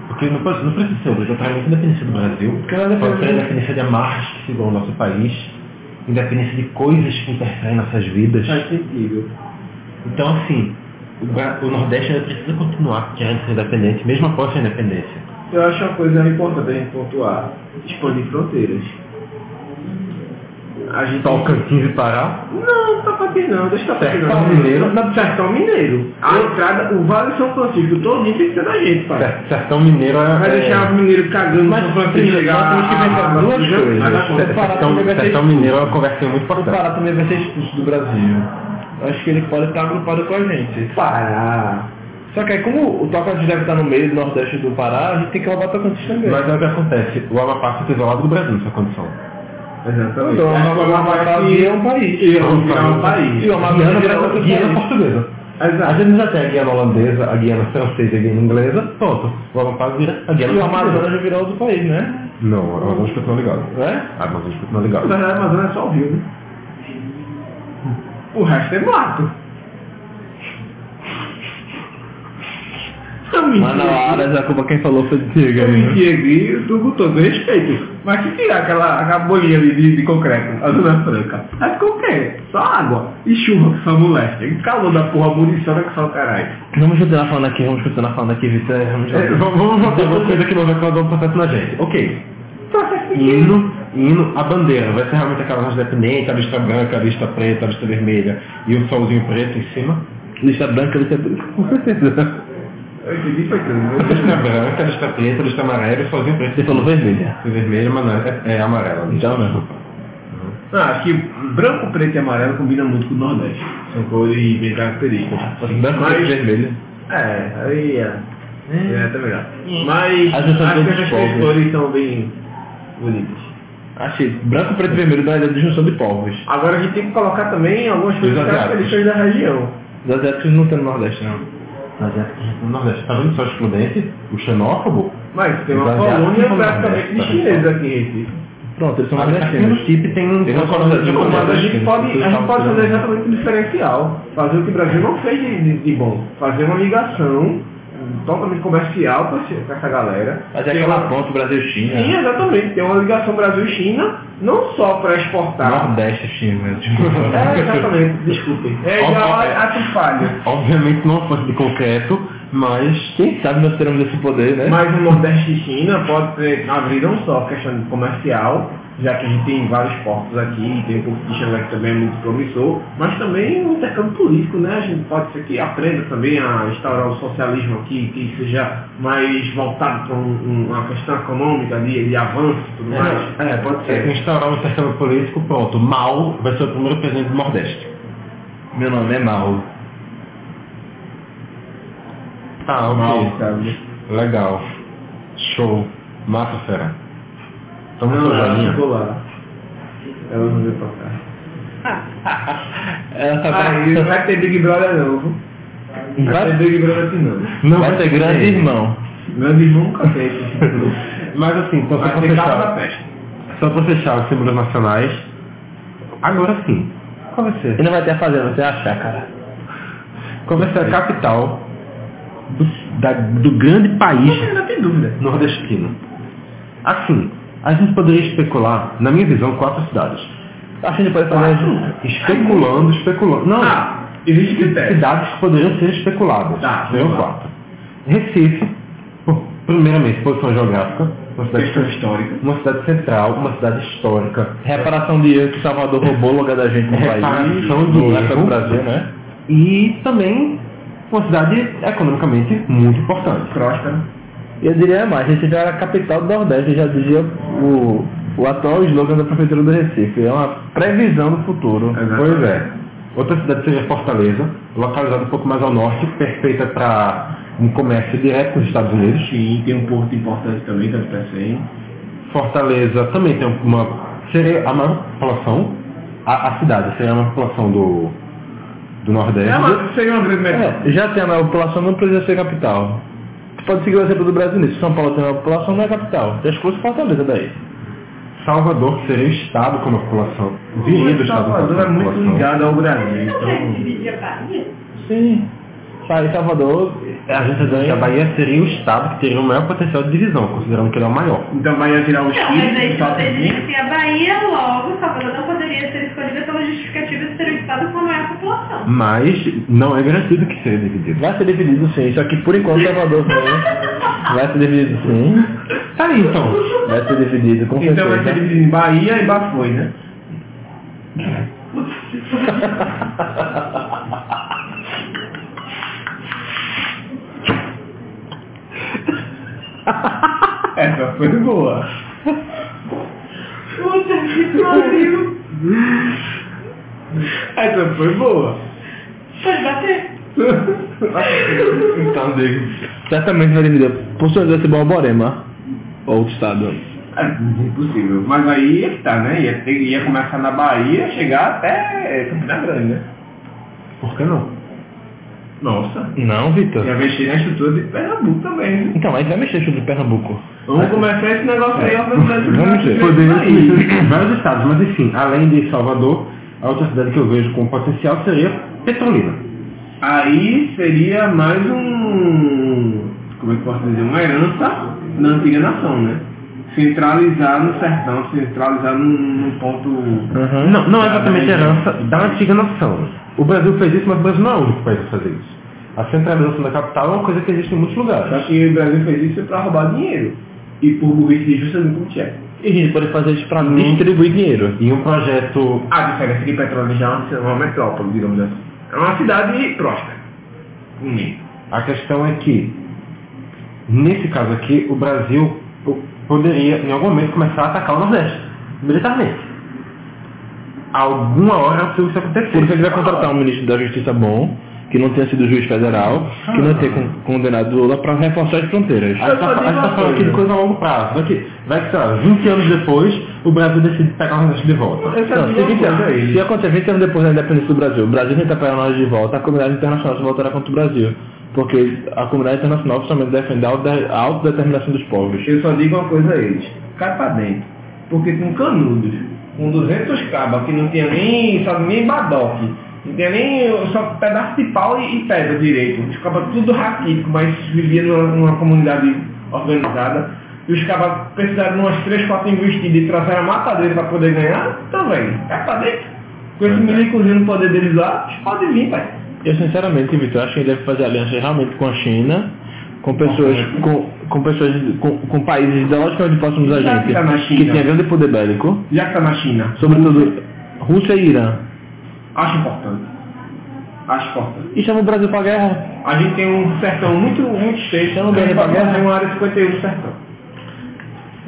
B: Porque não, pode- não precisa ser um obrigatoriamente a independência do Brasil,
A: Porque ela
B: pode ser a
A: depende-
B: independência de amarras que seguram o nosso país, independência de coisas que interferem em nossas vidas.
D: Faz sentido.
B: Então, assim, o, Bra- o Nordeste ainda precisa continuar querendo ser independente, mesmo após a independência.
D: Eu acho uma coisa importante a gente pontuar. Expandir fronteiras. A gente...
B: Tocantins e Pará?
D: Não, Tocantins não. Deixa Tocantins
B: Sertão
A: é
D: não.
B: Mineiro.
D: Não, Sertão Mineiro. A entrada, o Vale São Francisco todinho tem que ser da gente, pai.
B: Ser- Sertão Mineiro é...
D: Vai deixar os mineiros cagando
A: Mas,
D: São Francisco
A: sim,
D: chegar
A: nós temos que
D: a-
A: pensar
D: a-
A: duas
D: a-
A: coisas.
D: a- a-
B: Ser-
A: O Pará
B: Sertão,
A: também vai ser
B: Sertão
A: expulso.
B: Mineiro é uma conversa muito
A: O
B: importante.
A: Pará também vai ser expulso do Brasil. Acho que ele pode estar agrupado com a gente.
D: Pará.
A: Só que aí como o Tocantins deve estar no meio do Nordeste do Pará, a gente tem que roubar Tocantins também.
B: Mas é o que acontece, o Amapá fica isolado do Brasil nessa condição.
D: Exatamente.
A: Então, o Amapá
B: é
A: vira um país.
D: E vamos virar um país. um
A: E o Amapá
B: Guiana,
A: vira outro
B: Guiana
A: país.
B: portuguesa. A
D: Exato.
B: gente já tem a Guiana holandesa, a Guiana francesa e a Guiana inglesa, pronto. O Amapá vira a
A: E
B: Guiana
A: o
B: portuguesa.
A: Amazonas já virou outro país, né?
B: Não, o Amazonas continua ligado.
A: Né?
B: A Amazonas continua
D: Na
B: ligado.
D: verdade, a Amazônia é só o Rio, né? O resto é mato. Não,
A: Mas na
D: mentira.
A: hora, já como quem falou foi Diego
D: Eu
A: aí, né?
D: menti aqui, tu com todo respeito. Mas se tirar aquela, aquela bolinha ali de, de concreto, a Zona Franca, aí ficou o quê? Só água e chuva que só molesta. E calor da porra, munição né, que só o caralho.
A: Vamos continuar falando aqui, vamos continuar falando aqui, Vitor. Vamos
B: É,
A: continuar.
B: vamos vamos voltar uma coisa que não
A: é
B: vai causar um processo na gente. Ok.
D: Tá
B: Hino, hino, a bandeira. Vai ser realmente aquela nossa independente, a lista branca, a lista preta, a lista vermelha e o solzinho preto em cima.
A: Lista branca, lista branca, com certeza.
D: Eu entendi, foi tudo.
B: A
D: né?
B: lista branca, a lista preta, a lista amarela e o solzinho preto.
A: Você falou vermelha.
B: É vermelho, mas não, é, é amarela.
A: Então não.
D: Ah, acho que branco, preto e amarelo combina muito com o Nordeste. São cores bem características.
A: Branca,
D: Mas-
A: preta e vermelha.
D: É, aí é. É, tá melhor.
A: Hum.
D: Mas
A: As
D: acho
A: outras
D: que
A: cores
D: as
A: pobres.
D: três cores são bem bonitas.
A: Achei. Branco, preto e vermelho dá a disjunção de povos.
D: Agora a gente tem que colocar também algumas coisas
B: Exato.
D: características da região.
A: Os asiáticos não tem no Nordeste, não.
B: Mas é no Nordeste. Tá vendo só excludente? O xenófobo?
D: Mas tem uma
B: Exato.
D: colônia
B: Não,
D: praticamente de
B: não, não.
D: chineses aqui em Recife.
A: Pronto, eles são
B: Mas aqui no
A: nordestinos.
B: Chip tem um...
A: Tem uma colônia de
D: Não, mas a
A: colônia.
D: gente pode, a gente pode fazer exatamente o diferencial. Fazer o que o Brasil não fez de, de- de bom. Fazer uma ligação um, totalmente comercial com esse- com essa galera.
A: Mas é
D: Tem
A: aquela
D: uma-
A: ponte
B: É.
D: Sim,
A: Brasil-China.
D: exatamente. Tem uma ligação Brasil-China, não só para exportar.
A: Nordeste-China.
D: É, exatamente, desculpem. É
B: Ó,
D: igual
B: ó,
D: a,
B: é.
D: a Tufalho.
B: Obviamente não fosse de concreto, Mas,
A: Quem sabe nós teremos esse poder, né?
D: Mas o Nordeste e China pode ser, abrir não só a questão comercial, já que a gente tem vários portos aqui, tem o porto de Xangai que também é muito promissor, mas também o intercâmbio político, né? A gente pode ser que aprenda também a instaurar o socialismo aqui, que seja mais voltado para um- um- uma questão econômica, de, de avanço e tudo mais.
B: é, pode ser. Instaurar um intercâmbio político, pronto. Mal vai ser o primeiro presidente do Nordeste.
A: Meu nome é Mal.
B: Ah, ok.
D: Mal, sabe?
B: Legal. Show. Massa, fera. Tamo
D: Não,
B: com
D: ela
B: joinha.
D: ficou lá. Ela não veio pra cá.
A: Ela tá
D: Aí não vai ter Big Brother não, viu? Não vai ter
A: vai,
D: Big Brother aqui não.
B: Não
A: vai ter grande irmão.
D: Grande irmão nunca teve.
B: Mas assim, então só
D: Vai
B: pra
D: ter capa da
B: fechar.
D: festa.
B: Só pra fechar os símbolos nacionais. Agora sim. Qual vai ser?
A: E não vai ter a fazenda, você acha, cara?
B: Qual vai ser a capital do, da- do grande país
D: Não tem dúvida.
B: nordestino? Assim, a gente poderia especular, na minha visão, quatro cidades.
A: Acho que a gente pode fazer.
B: Especulando, especulando. Não,
D: Ah, existe critério.
B: cidades que poderiam ser especuladas.
D: Tá,
B: Seriam
D: vamos lá.
B: quatro. um Recife, por- primeiramente, posição geográfica, uma
D: Questão
B: cidade,
D: histórica.
B: uma cidade central, uma cidade histórica,
A: Reparação de erro que Salvador roubou logo da gente no país.
B: Reparação de
A: Não é pelo
B: erro.
A: Brasil, né?
B: e também uma cidade economicamente muito importante.
D: Próspera.
A: Eu diria mais, Recife era a capital do Nordeste, já dizia o, o atual slogan da Prefeitura do Recife. É uma previsão do futuro.
D: Exato.
B: Pois é. Outra cidade seria Fortaleza, localizada um pouco mais ao norte, perfeita para um comércio direto com os Estados Unidos.
D: Sim, tem um porto importante também, que é o PSEM.
B: Fortaleza também tem uma. Seria a maior população, a, a cidade seria a maior população do, do Nordeste.
D: É, mas seria uma grande metrópole.
A: É, já tem a maior população, não precisa ser capital. Tu pode seguir o exemplo do Brasil nisso. São Paulo tem a maior população, não é capital. Já exclui Fortaleza daí.
B: Salvador, que seria o estado com a população. Viria É. do
D: O
B: estado com a
D: Salvador é muito
B: população.
D: ligado ao Brasil,
C: Você não quer
D: então...
C: dividir a Bahia?
A: Sim. Sai Salvador.
B: A gente está dizendo que a Bahia seria o estado que teria o maior potencial de divisão, considerando que ele é o maior.
D: Então vai virar o
C: Não, mas aí
D: Chile,
C: se você
D: Salvador.
C: diz que a Bahia logo, Salvador não poderia ser escolhida pela justificativa de ser o estado com a maior população.
B: Mas não é garantido que seja dividido.
A: Vai ser dividido sim. Só que por enquanto Salvador sim. Vai ser dividido sim.
B: Tá aí então.
A: Vai ser dividido, com
D: Então vai ser
A: certeza.
D: dividido em Bahia e Bafoi, né? Essa foi boa.
C: Puta que pariu!
D: Essa foi boa.
C: Pode bater?
B: Então, Diego.
A: Certamente vai dividir. Por sua vez, vai ser Borborema. Ou outro estado.
D: É impossível. Mas aí é que tá, né? Ia, ter- ia começar na Bahia, chegar até Campina Grande, né?
B: Por que não?
D: Nossa.
A: Não, Vitor.
D: Ia mexer na estrutura de Pernambuco também, né?
A: Então, aí vai mexer tudo de Pernambuco.
D: Vamos começar esse negócio aí, organizando
A: Vamos ver.
D: né?
B: Poderia ser vários estados, mas enfim, além de Salvador, a outra cidade que eu vejo com potencial seria Petrolina.
D: Aí seria mais um. Como é que eu posso dizer? Uma herança da antiga nação, né? Centralizar no sertão, centralizar num, num ponto.
B: Não, não é exatamente herança da antiga nação. O Brasil fez isso, mas o Brasil não é o único país a fazer isso. A centralização da capital é uma coisa que existe em muitos
D: Só
B: lugares.
D: que o Brasil fez isso pra roubar dinheiro. E por burrice justamente como tinha.
A: E a gente pode fazer isso pra distribuir dinheiro.
B: E um projeto
D: A diferença é que Petróleo já é uma- uma metrópole, digamos assim. É uma cidade próspera. Hum.
B: A questão é que, nesse caso aqui, o Brasil po- poderia, em algum momento, começar a atacar o Nordeste, militarmente. Alguma hora se isso acontecer.
A: Por isso a gente vai contratar um ministro da Justiça bom, que não tenha sido juiz federal, que não tenha con- condenado Lula pra reforçar as fronteiras.
B: A gente tá, a gente tá falando aqui de coisa a longo prazo. Só que vai que, sei lá, 20 anos depois, o Brasil decide pegar o Nordeste de volta.
D: Eu só
A: Não, se,
D: digo uma coisa a
A: acontecer,
D: ele.
A: se acontecer 20 anos depois da independência do Brasil, o Brasil tentar pegar nós de volta, a comunidade internacional se voltará contra o Brasil. Porque a comunidade internacional somente defende a auto- a autodeterminação dos povos.
D: Eu só digo uma coisa a eles. Cai pra dentro. Porque com canudos, com 200 cabas, que não tinha nem, sabe, nem badoque, não tinha nem só pedaço de pau e, e pedra direito. Os cabas tudo raquítico, mas vivia numa, numa comunidade organizada. E os cabas precisaram de umas 3, 4 investidas e trazer a matadeira pra tá poder ganhar. Então, velho, cai pra dentro. Com esse milicozinho no poder deles lá, eles podem vir, velho.
A: Eu sinceramente, Vitor, acho que ele deve fazer alianças realmente com a China, com pessoas, com, com pessoas, com, com países ideologicamente próximos a
D: Já
A: gente,
D: tá na China.
A: que tem grande poder bélico,
D: Já que está na China,
A: sobretudo Rússia e Irã.
D: acho importante. Acho importante.
A: E chama o Brasil pra guerra.
D: A gente tem um sertão muito, muito cheio.
A: Chama o Brasil pra guerra.
D: Tem uma área 51 do um sertão.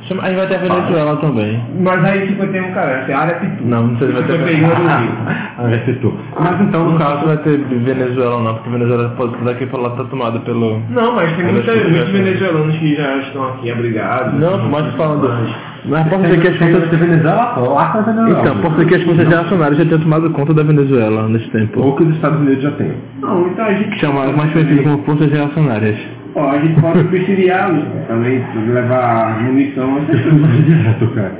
A: Chama, aí vai ter a Venezuela também.
D: Mas aí 51 carece, a área é pitu.
A: Não, não sei se vai ter
D: Foi pegando o um é Rio.
B: Ah, já citou.
A: Mas então, no caso, vai ter Venezuela ou não, porque Venezuela pode daqui pra lá tá tomada pelo...
D: Não, mas tem
A: Eu
D: muita,
A: acho que
D: muitos
A: já-
D: venezuelanos que já estão aqui abrigados.
A: Não, mas falando... Mas posso
B: Você
A: dizer que as forças...
B: Venezuela, lá tá Venezuela.
A: Então, posso dizer que as forças reacionárias já tinham tomado conta da Venezuela nesse tempo.
B: Ou que os Estados Unidos já têm.
D: Não, então a gente.
A: Que chamaram mais conhecido como forças reacionárias.
D: Ó, a gente pode subsidiá-los também, levar munição, essas coisas.
B: Direto, cara.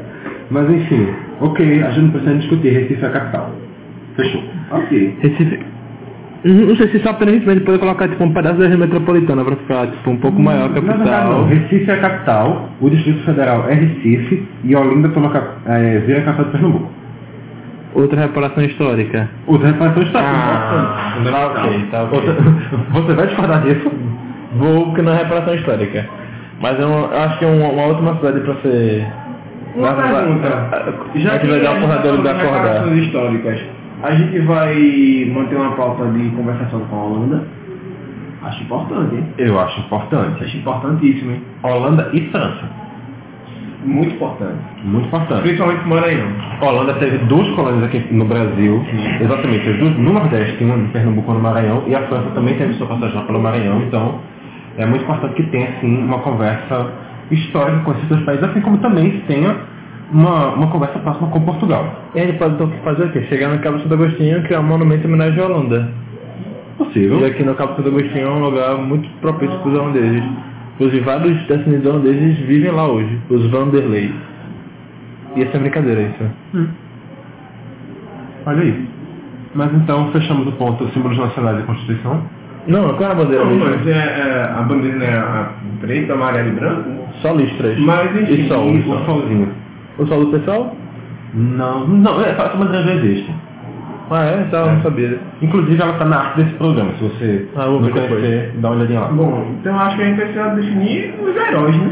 B: Mas enfim, ok, a gente não precisa discutir, Recife é a capital. Fechou.
D: Ok.
A: Recife... Não não sei se só apenas simplesmente poder colocar tipo um pedaço da região metropolitana pra ficar tipo um pouco
D: Hum,
A: maior a
B: Na verdade, não.
A: capital.
B: Recife é a capital, o Distrito Federal é Recife e Olinda toma, cap- é, vira a capital de Pernambuco.
A: Outra reparação histórica.
B: Outra reparação está Ah,
A: tá ok, tá ok.
B: Você vai discordar disso?
A: Vou porque não é reparação histórica. Mas eu acho que é uma, uma ótima cidade pra ser.
D: Uma
A: Mas-
D: pergunta.
A: Já que vai dar uma
D: tá
A: porrada lugar pra acordar.
D: Relações históricas. A gente vai manter uma pauta de conversação com a Holanda. Acho importante, hein?
B: Eu acho importante.
D: Acho importantíssimo, hein?
B: Holanda e França.
D: Muito importante.
B: Muito importante.
D: Principalmente pro Maranhão.
B: Holanda teve duas colônias aqui no Brasil, exatamente, teve duas no Nordeste, uma em Pernambuco e no Maranhão, e a França também teve sua passagem lá pelo Maranhão, então é muito importante que tenha, sim, uma conversa histórica com esses dois países, assim como também tenha uma, uma conversa próxima com Portugal.
A: E a gente pode então fazer o quê? Chegar no Cabo Santo Agostinho e criar um monumento em homenagem à Holanda. E
B: Possível.
A: aqui no Cabo Santo Agostinho é um lugar muito propício para os holandeses. Inclusive vários descendentes holandeses vivem lá hoje, os Vanderlei. E essa é brincadeira isso.
B: Olha aí. Mas então, fechamos o ponto símbolos nacionais e Constituição.
A: Não, qual era a bandeira
D: Não, mas
A: mesmo?
D: é, é, a bandeira é a preta, amarela e branca.
A: Só listras.
D: Mas enfim,
A: e sol.
B: E
A: E
B: o
A: sol.
B: solzinho.
A: O sol do pessoal?
B: Não, não, é fácil, mas já existe.
A: Ah, é? Tá, não sabia.
B: Inclusive ela está na arte desse programa, se você
A: Ah, eu vou
B: não
A: ver depois.
B: conhecer, dá uma olhadinha lá.
D: Bom, então acho que a gente precisa definir os heróis, né?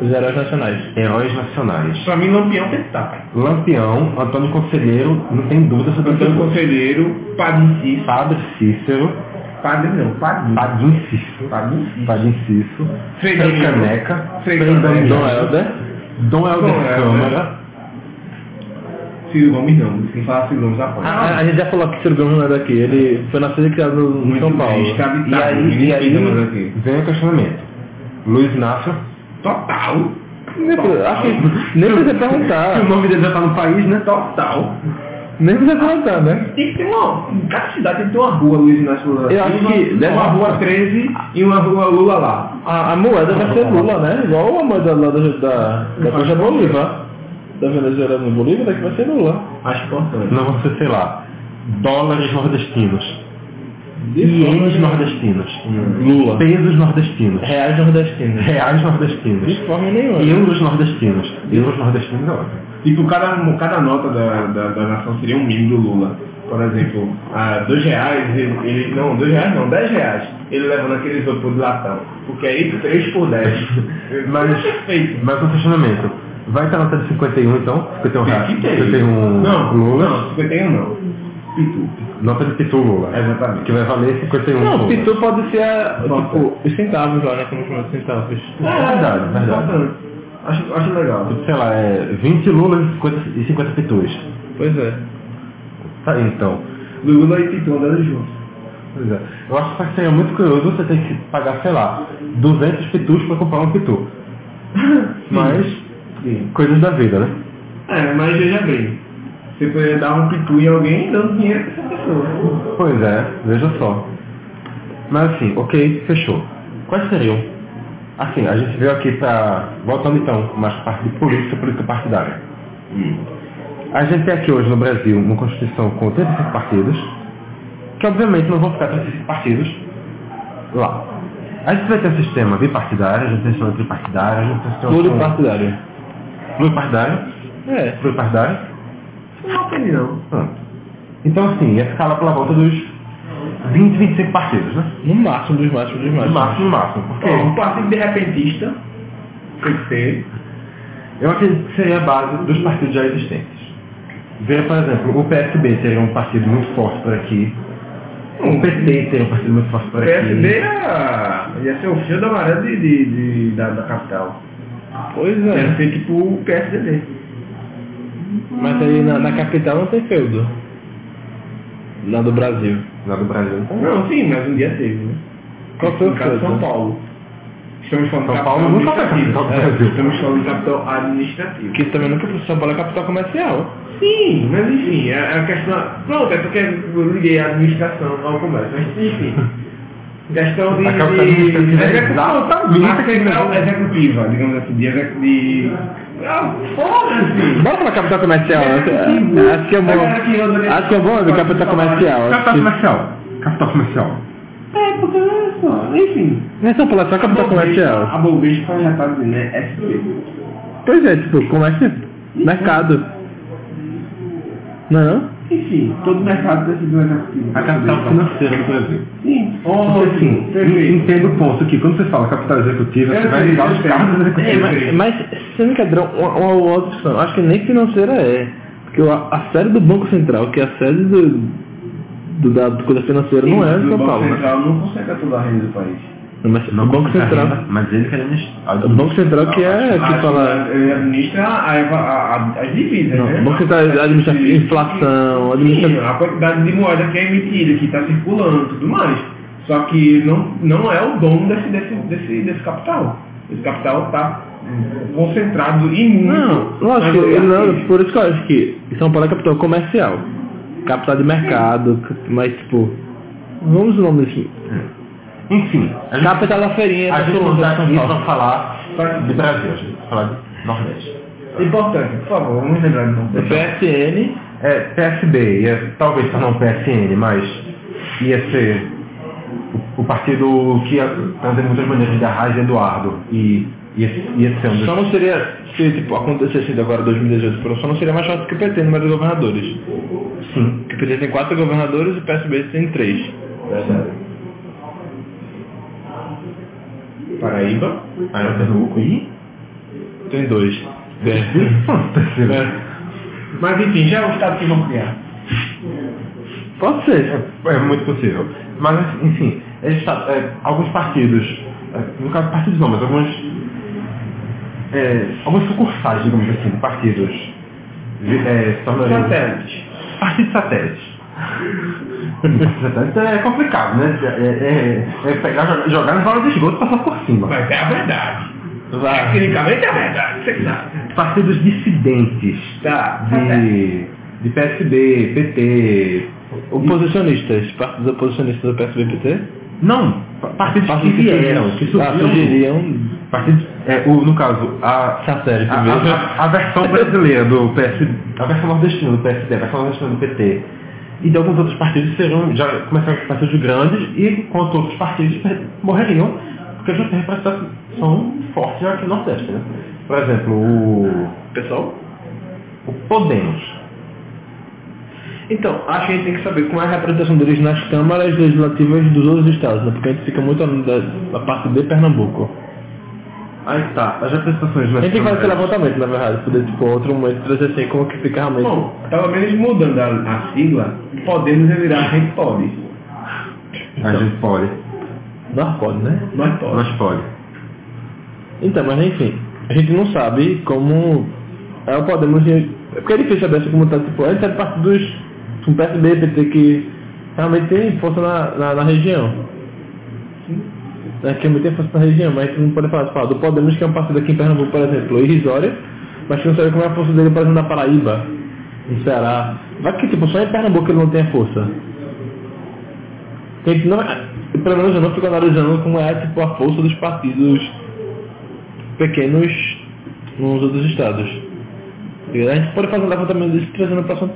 A: Os heróis nacionais.
B: Heróis nacionais.
D: Pra mim, Lampião tem que estar, pai.
B: Lampião, Antônio Conselheiro, não tem dúvida sobre
D: Antônio
B: Antônio Conselheiro.
D: Conselheiro, Padre Cício.
B: Padre Cícero,
D: Padre não, Padre.
B: Padim Cícero,
D: Padim Cícero.
B: Padim Cícero, Frei
D: Frei Daniel.
B: Caneca,
D: Frei
B: Frei
D: Daniel.
A: Dom
B: Daniel,
A: Helder.
B: Dom
D: um Dom
B: Helder
D: Helder.
B: Câmara,
D: Ciro Gomes não, quem fala Ciro Gomes apanha.
A: Ah, A, a- a gente já falou que o Ciro Gomes não é daqui, ele foi nascido e criado no em
D: Muito
A: São
D: bem,
A: Paulo.
D: está
B: e
D: habitado,
B: aí, e
D: ninguém
B: aí
D: pisa mais aqui.
B: vem o questionamento. Luiz Inácio,
D: Total.
A: Nem pre- acho que nem precisa
B: que o
A: perguntar.
B: nome dele já tá no país, né?
D: Total.
A: Nem precisa perguntar, né?
D: Tem que ter uma. em Cada cidade tem que ter uma rua Luiz Inácio Lula.
A: Eu acho
D: Silva,
A: que deve-
D: uma rua 13 e uma rua Lula lá.
A: A, a moeda vai ser Lula, né? Igual a moeda lá da, da, da coisa Bolívar. Da Venezuela no Bolívar, daqui vai ser Lula.
D: Acho importante.
B: Não vão ser, sei lá, dólares nordestinos,
A: De
B: ienes
A: forma-
B: nordestinos,
A: Lula.
B: pesos nordestinos,
A: Reais nordestinos.
B: reais nordestinos,
A: De forma nenhuma.
B: euros um nordestinos. Euros nordestinos é ótimo.
D: Tipo, cada, cada nota da, da, da nação seria um mimo do Lula. Por exemplo, a dois reais, ele, ele- Não, dois reais não, dez reais. Ele leva naquele isopor de latão. Porque aí tu três por dez. é
B: Mas-
D: perfeito.
B: Mas com questionamento. Vai estar na nota de 51 então? 51 reais.
D: Tem que ter.
B: 51
D: é Não,
B: Lula.
D: não, 51 não. Pitu.
B: Nota de Pitu Lula.
D: Exatamente.
B: Que vai valer 51
A: Não,
B: Lula.
A: Pitu pode ser, ah,
D: Nossa.
A: tipo, os centavos lá, né? Como chama de centavos.
B: É verdade, verdade.
D: Importante. Acho, acho legal.
B: Tipo, sei lá, é 20 Lula e 50, e 50 Pitus.
A: Pois é.
B: Tá aí então.
D: Lula e Pitu andando juntos.
B: Pois é. Eu acho que seria muito curioso você ter que pagar, sei lá, 200 Pitus pra comprar um Pitu. Mas,
D: Sim.
B: coisas da vida, né?
D: É, mas veja bem. Você poderia dar um pitu em alguém dando dinheiro pra essa pessoa.
B: Pois é, veja só. Mas assim, ok, fechou. Quais seriam? Assim, a gente veio aqui pra. Voltando então, mais pra parte de política, política partidária. A gente tem aqui hoje no Brasil uma Constituição com 35 partidos, que obviamente não vão ficar 35 partidos lá. A gente vai ter um sistema bipartidário, a gente tem um sistema tripartidário, a gente tem um sistema
A: Todo partidário.
B: pluripartidário,
A: É.
B: pluripartidário,
D: Não opinião.
B: Pronto. Então assim, ia ficar lá pela volta dos 20, 25 partidos, né?
A: No máximo dos máximos dos
B: No
A: máximos.
B: máximo, no máximo. Porque
D: Ó, um partido de repentista tem que ser.
B: eu acredito que seria a base dos partidos já existentes. Veja, por exemplo, o PSB seria um partido muito forte por aqui. O PT seria um partido muito forte
D: O
B: por aqui.
D: PSB era- é ia ser o fio da maré de, de- de- da, da capital.
A: Pois
D: Ia
A: é.
D: ser tipo o PSDB.
A: Mas aí na, na capital não tem feudo. Lá do Brasil.
B: Lá do Brasil. Então,
D: Não, sim, mas um dia teve, né?
A: Qual foi o
D: No caso,
A: feudo?
D: São Paulo. Estamos falando
B: São
D: de
B: Paulo
D: capital
B: nunca foi
D: administrativa.
B: capital do
D: É,
B: Brasil.
D: Estamos falando de capital administrativa.
A: Que também nunca foi São Paulo é capital comercial.
D: Sim, mas enfim, é é a questão. Pronto, é porque eu liguei a administração ao comércio, mas enfim. Questão de.
B: A
D: de-
B: capital administrativa é
D: execução,
B: exatamente
D: a questão
B: aquele
D: executiva, digamos assim, de. exec- de ah, foda-se!
A: Bora pra capital comercial.
D: Executivo.
A: Acho que é
D: Agora que eu
A: bom.
D: dou-
A: Acho que é bom do capital comercial.
B: Capital comercial. Capital comercial.
D: É, porque olha só, enfim.
A: Não é São Paulo, é só capital comercial.
D: A Bovespa já tá dizendo, né? SP.
A: Pois é, tipo, comércio, mercado. Não?
D: Enfim, todo mercado decide um executivo.
B: A capital financeira do Brasil.
D: Sim.
B: Porque, assim,
D: perfeito.
B: entendo o ponto que quando você fala capital executiva,
D: Eu
B: você vai
D: sei,
B: ligar
D: eu
B: os
D: sei.
B: carros dos
D: É,
B: executivos.
D: mas-
A: Mas, sendo que é dra- uma, uma outra opção, acho que nem financeira é. Porque a, a sede do Banco Central, que é a sede do, do- da coisa financeira, não é em São Paulo.
D: O Banco
A: né?
D: Central não consegue toda a renda do país.
A: Não, Mas o Banco
B: consegue
A: Central.
B: renda, Mas ele quer administrar.
A: O Banco Central que é
D: Ah,
A: que fala.
D: Ele administra a, a, a, as divisas,
A: Não,
D: né?
A: o Banco Central administra inflação,
D: Sim,
A: administra.
D: a quantidade de moeda que é emitida, que está circulando e tudo mais. Só que não, não é o dono desse, desse, desse, desse capital. Esse capital está concentrado e muito.
A: Não, lógico,
D: nas
B: é
A: eu não,
B: assim.
D: oligarquias.
A: por isso que eu acho que São Paulo é capital comercial. Capital de mercado, mas tipo. Vamos o nome desse.
B: Enfim, a gente,
A: Capital da feirinha,
B: a
A: tá
B: gente
A: todo
B: não
A: mundo
B: tá
A: São
B: aqui
A: Paulo.
B: pra falar de Brasil, a gente vai falar de Nordeste.
D: Importante, por favor, vamos lembrar de
A: O
D: novo.
A: PSN
B: É, PSB, ia, é, talvez tá não PSN, mas ia ser o, o partido que ia trazer muitas maneiras de Arras e Eduardo. E ia, ia ser um
A: só
B: dos...
A: não seria, se tipo, acontecesse isso agora 2018, por exemplo, só não seria mais fácil que o PT no número de governadores.
B: Sim.
A: Porque o PT tem quatro governadores e o PSB tem três.
D: Paraíba.
B: Aí eu Pernambuco e...
A: Tem dois.
B: Terceiro.
A: É.
D: Mas enfim, já é o estado que vão criar.
A: Pode ser.
B: É, é muito possível. Mas, enfim, a gente tá- é, alguns partidos, é, no caso partidos não, mas algumas, é, algumas sucursais, digamos assim, de partidos vi- é, se tornariam-
D: Satélites.
B: Partidos satélites. Satélite é complicado, né? É, é- é pegar, jogar- jogar na bola de esgoto e passar por cima.
D: Mas é a verdade.
A: Vai.
D: Tecnicamente é a verdade, você que sabe.
B: Partidos dissidentes
D: Tá, satélite.
B: de, de PSB, PT.
A: Oposicionistas, partidos oposicionistas do PSB e PT?
B: Não, pa- partidos que
A: Partidos que
B: vieram, que
A: Ah,
B: surgiram
A: surgiriam
B: Partido, é, o, no caso, a,
A: satélite
B: a,
A: mesmo.
B: a- a versão brasileira do PS, a versão nordestina do PSD, a versão nordestina do PT, e de alguns outros partidos serão, já começaram com partidos grandes e quanto outros partidos per- morreriam, porque já tem representação forte aqui no Nordeste. Né? Por exemplo, o,
A: Pessoal?
B: o Podemos.
A: Então, acho que a gente tem que saber como é a representação deles nas câmaras legislativas dos outros estados, né? Porque a gente fica muito da, da parte de Pernambuco.
B: Aí tá, as representações
A: A
B: nas
A: gente tem que fazer esse
B: câmaras.
A: levantamento, na verdade, poder, tipo, outro momento trazer assim como que fica realmente.
D: Bom, pelo menos mudando então, a, a sigla, podemos virar a gente pode.
B: A gente pode,
A: Nós pode, né?
D: Nós pode.
B: nós pode.
A: Então, mas enfim, a gente não sabe como é o Podemos. Porque é difícil saber assim como tá, tipo, a gente sabe partidos com PSB, PT que realmente tem força na, na, na região. Né, que realmente tem força na região, mas a gente não pode falar, falar do Podemos, que é um partido aqui em Pernambuco, por exemplo, irrisória, mas que não sabe como é a força dele, por exemplo, na Paraíba, no Ceará. Vai que tipo, só em Pernambuco ele não tem a força. Tem, não, pelo menos eu não fico analisando como é tipo, a força dos partidos pequenos nos outros estados. E a gente pode fazer um levantamento disso trazendo para São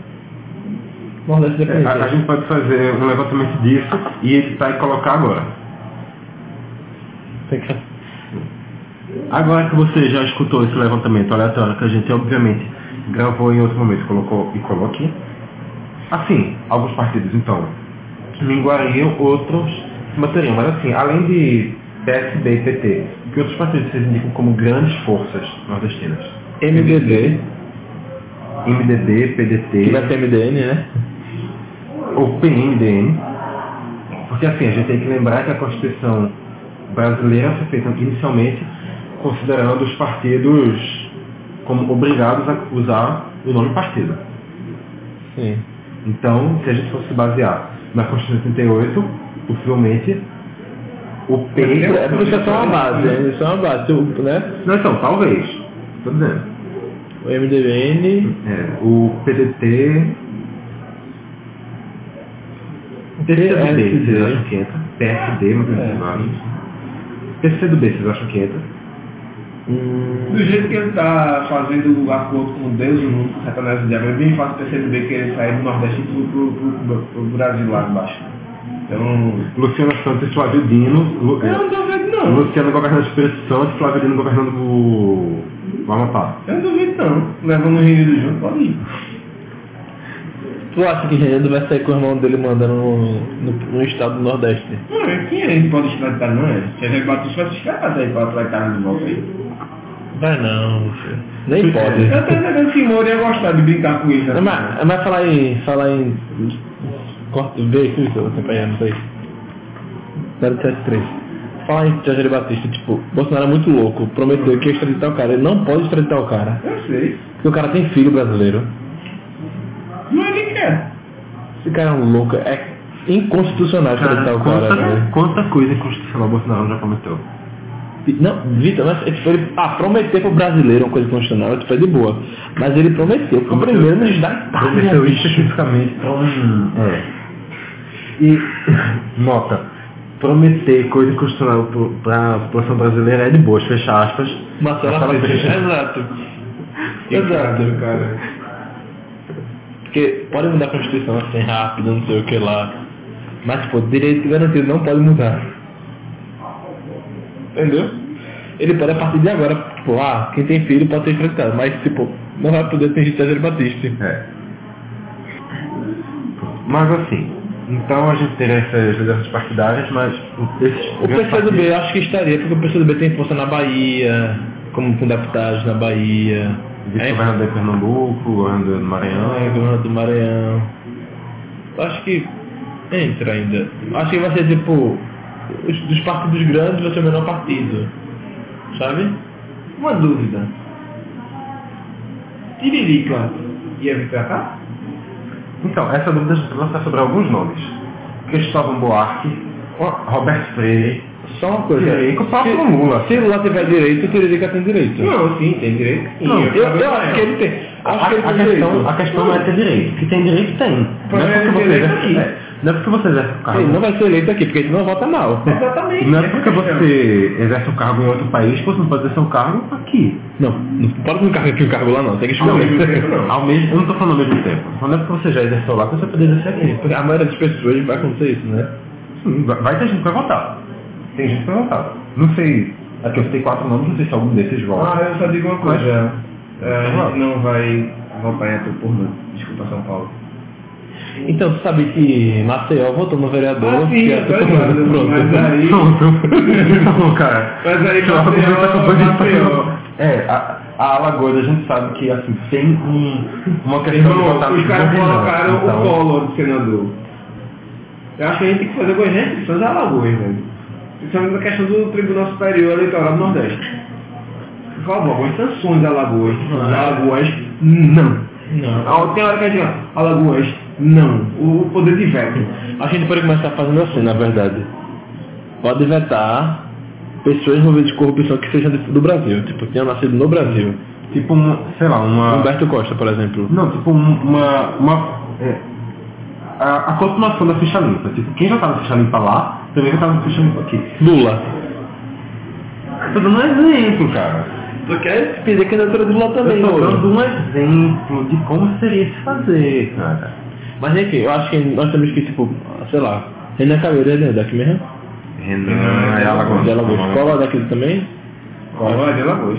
A: Nordeste
B: É, a, a
A: Independente.
B: gente pode fazer um levantamento disso e editar e colocar agora.
A: Tem que-
B: Agora que você já escutou esse levantamento aleatório que a gente obviamente gravou em outro momento colocou e colocou aqui. Assim, alguns partidos então que minguariam, outros se manteriam. Mas assim, além de PSB e PT, que outros partidos vocês indicam como grandes forças nordestinas?
A: MDB,
B: MDB, PDT,
A: que vai ser MDN, né?
B: ou PMDN, porque assim, a gente tem que lembrar que a Constituição brasileira foi feita inicialmente considerando os partidos como obrigados a usar o nome partido.
A: Sim.
B: Então, se a gente fosse basear na Constituição de 88, possivelmente o P...
A: É porque isso é só uma base, né? Isso é uma base. O, né?
B: Não, então, talvez. Estou dizendo.
A: o MDBN,
B: É, o PDT... PCdoB, vocês acham que entra? PSD, mas
A: É.
B: não PCdoB, vocês acham que entra?
A: hum,
D: Do jeito que ele tá fazendo o acordo com Deus e o mundo, com Satanás e o diabo, é bem fácil perceber que ele saiu do Nordeste pro, pro, pro, pro Brasil lá embaixo. Então.
B: Luciano Santos e Flávio Dino. Lu- é,
D: Eu não duvido não.
B: Luciano governando o Espírito Santo e Flávio Dino governando o, o Amapá.
D: Eu não duvido não. Levando o Rio do junto, pode ir.
A: tu acha que Renedo vai sair com o irmão dele mandando no, no, no estado do Nordeste?
D: Não, é quem é que pode extraditar, não é? Se a gente Batista vai se escapar daí pra extraditar de volta aí.
A: Vai não, filho. Nem pode.
D: Eu tô entendendo que Moro ia gostar de brincar com isso. né?
A: Não, Mas, mas falar em. falar em. Corta vê aqui que eu tô pegando, peraí. 073. Falar em Jorge Batista, tipo, Bolsonaro é muito louco, prometeu que ia extraditar o cara. Ele não pode extraditar o cara.
D: Eu sei.
A: Porque o cara tem filho brasileiro.
D: Não é nem quer.
A: Esse cara é um louco. É inconstitucional
B: tá
A: extraditar o cara.
B: quanta,
A: velho.
B: quanta coisa inconstitucional o Bolsonaro já cometeu.
A: Não, Vitor, mas ele, ele- ah, prometer pro brasileiro uma coisa constitucional, tipo, é de boa. Mas ele prometeu pro
B: Prometeu-
A: primeiro-ministro da Itália.
B: Prometeu
A: bicho.
B: especificamente pra um. É. E, nota, prometer coisa inconstitucional pro- pra população brasileira é de boas, fecha aspas.
A: Marcelo
B: Marcelo
A: Freixo.
B: Freixo.
A: Exato. Exato.
D: cara.
A: Porque pode mudar a Constituição assim rápido, não sei o que lá. Mas, pô, direito garantido não pode mudar. Entendeu? Ele pode, a partir de agora, tipo, ah, quem tem filho pode ser enfrentado. Mas, tipo, não vai poder atingir César Batista.
B: É. Mas assim, então a gente teria essas lideranças partidárias, mas o- esses
A: O é
B: grandes
A: PCdoB eu acho que estaria, porque o PCdoB tem força na Bahia, como com deputados na Bahia.
B: partidos,
A: É,
B: Vice-governador de Pernambuco, governador do Maranhão.
A: Maranhão, governador do Maranhão. Eu Acho que entra ainda. Acho que vai ser tipo. os- Dos partidos grandes vai ser o menor partido. Sabe?
D: Uma dúvida. Tiririca ia vir pra cá?
B: Então, essa dúvida a gente lançar sobre alguns nomes. Cristóvão Buarque, Roberto Freire.
A: Só uma coisa.
B: Tiririca, o papo
A: se,
B: com Lula.
A: Se Lula tiver direito, o Tiririca tem direito.
D: Não, sim, tem direito. sim.
A: Não, é. eu, eu
D: Eu-
A: acho que ele tem. Acho
B: a,
A: que ele
B: a
A: tem
B: questão,
A: direito.
B: a questão não é ter direito. Que tem direito, tem. Não
D: Problema
B: é
D: de
B: porque você
D: direito aqui.
B: exerce, é, não é porque você exerce o
A: Ele
B: cargo.
A: não vai ser eleito aqui, porque ele não vota mal.
D: Exatamente.
B: Não é
D: essa
B: porque
D: a questão.
B: você exerce um cargo em outro país que você não pode exercer um cargo aqui.
A: Não, não pode ter um cargo aqui, um cargo lá não. Tem que
B: Não,
A: escolher.
B: ao mesmo, eu não tô falando ao mesmo tempo. Eu tô falando porque você já exerceu lá, que você poderia exercer aqui.
A: Porque a maioria das pessoas vai acontecer isso, né?
B: Sim, vai- vai ter gente que vai votar. Tem gente que vai votar. Não sei, aqui eu citei quatro nomes, não sei se algum desses vota.
D: Ah, eu só digo uma coisa. É, a
B: Claro.
D: gente não vai votar em ator pornô. Desculpa, São Paulo.
A: Então, tu sabe que Maceió votou no vereador.
D: Ah, sim,
A: que é-
D: tô ligado,
A: pronto.
D: mas aí-
B: Pronto. Então, cara.
D: Mas aí,
B: Então, a
D: Maceió,
B: gente tá acompanhando-
D: Maceió.
B: É, a, a Alagoas a gente sabe que assim, tem um, uma questão de
D: Irmão,
B: votar
D: os
B: no
D: caras
B: governante,
D: colocaram
B: então-
D: o Collor de senador. Eu acho que a gente tem que fazer coisas restrições a Alagoas, velho. Principalmente na questão do Tribunal Superior Eleitoral do Nordeste. Por favor, algumas sanções a Alagoas. Alagoas, não.
A: Não.
D: Ah, Tem hora que a gente fala, Alagoas, não. O poder de veto.
A: A gente pode começar fazendo assim, na verdade. Pode vetar pessoas envolvidas em corrupção que sejam do Brasil. Tipo, tenham nascido no Brasil.
B: Tipo, um, sei lá, uma...
A: Humberto Costa, por exemplo.
B: Não, tipo, um- uma... uma é, a, a continuação da ficha limpa. Tipo, quem já tava na ficha limpa lá, também já tava na ficha limpa aqui.
A: Lula.
B: Eu tô dando um exemplo, cara.
A: Tu quer pedir a candidatura de Lula
B: Eu tô
A: Ouro?
B: dando um exemplo de como seria se fazer, cara.
A: Mas enfim, eu acho que nós temos que, tipo, sei lá, Renan Cabreira é daqui mesmo?
B: Renan é Alagoas.
A: De Alagoas. Qual é daqui também?
D: Collor é de Alagoas.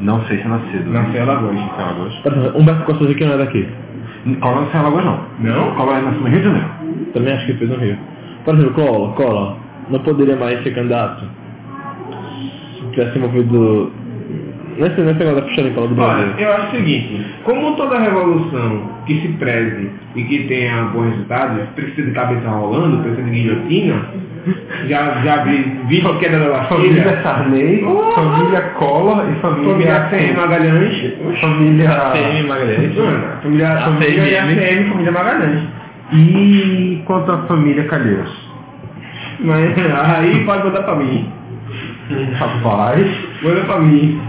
B: Não sei se é nascido.
D: Nasceu em Alagoas.
B: Nasceu em Alagoas.
A: Tá Por exemplo, Humberto Costa aqui não é daqui.
B: Cola não sai Alagoas não.
D: Não?
B: Cola nasce no Rio de Janeiro.
A: Também acho que fez no Rio. Por exemplo, Cola, Cola, não poderia mais ser candidato. Se tivesse envolvido. Nesse, nesse negócio da puxada em cola do Brasil.
D: Olha, eu acho o seguinte, como toda revolução que se preze e que tenha bons resultados, precisa de cabeça rolando, precisa de guilhotina, já, já vi vídeo que era da
B: Família
D: Bastilha,
B: Sarney,
D: Porra!
B: família Cola e família...
D: família CM Magalhães, Ah,
B: Família...
A: ACM Magalhães.
D: Mano, família, família
A: ACM.
D: ACM, família Magalhães.
B: E quanto à família Calheiros?
D: Mas aí pode botar pra mim,
B: Rapaz,
D: manda pra mim.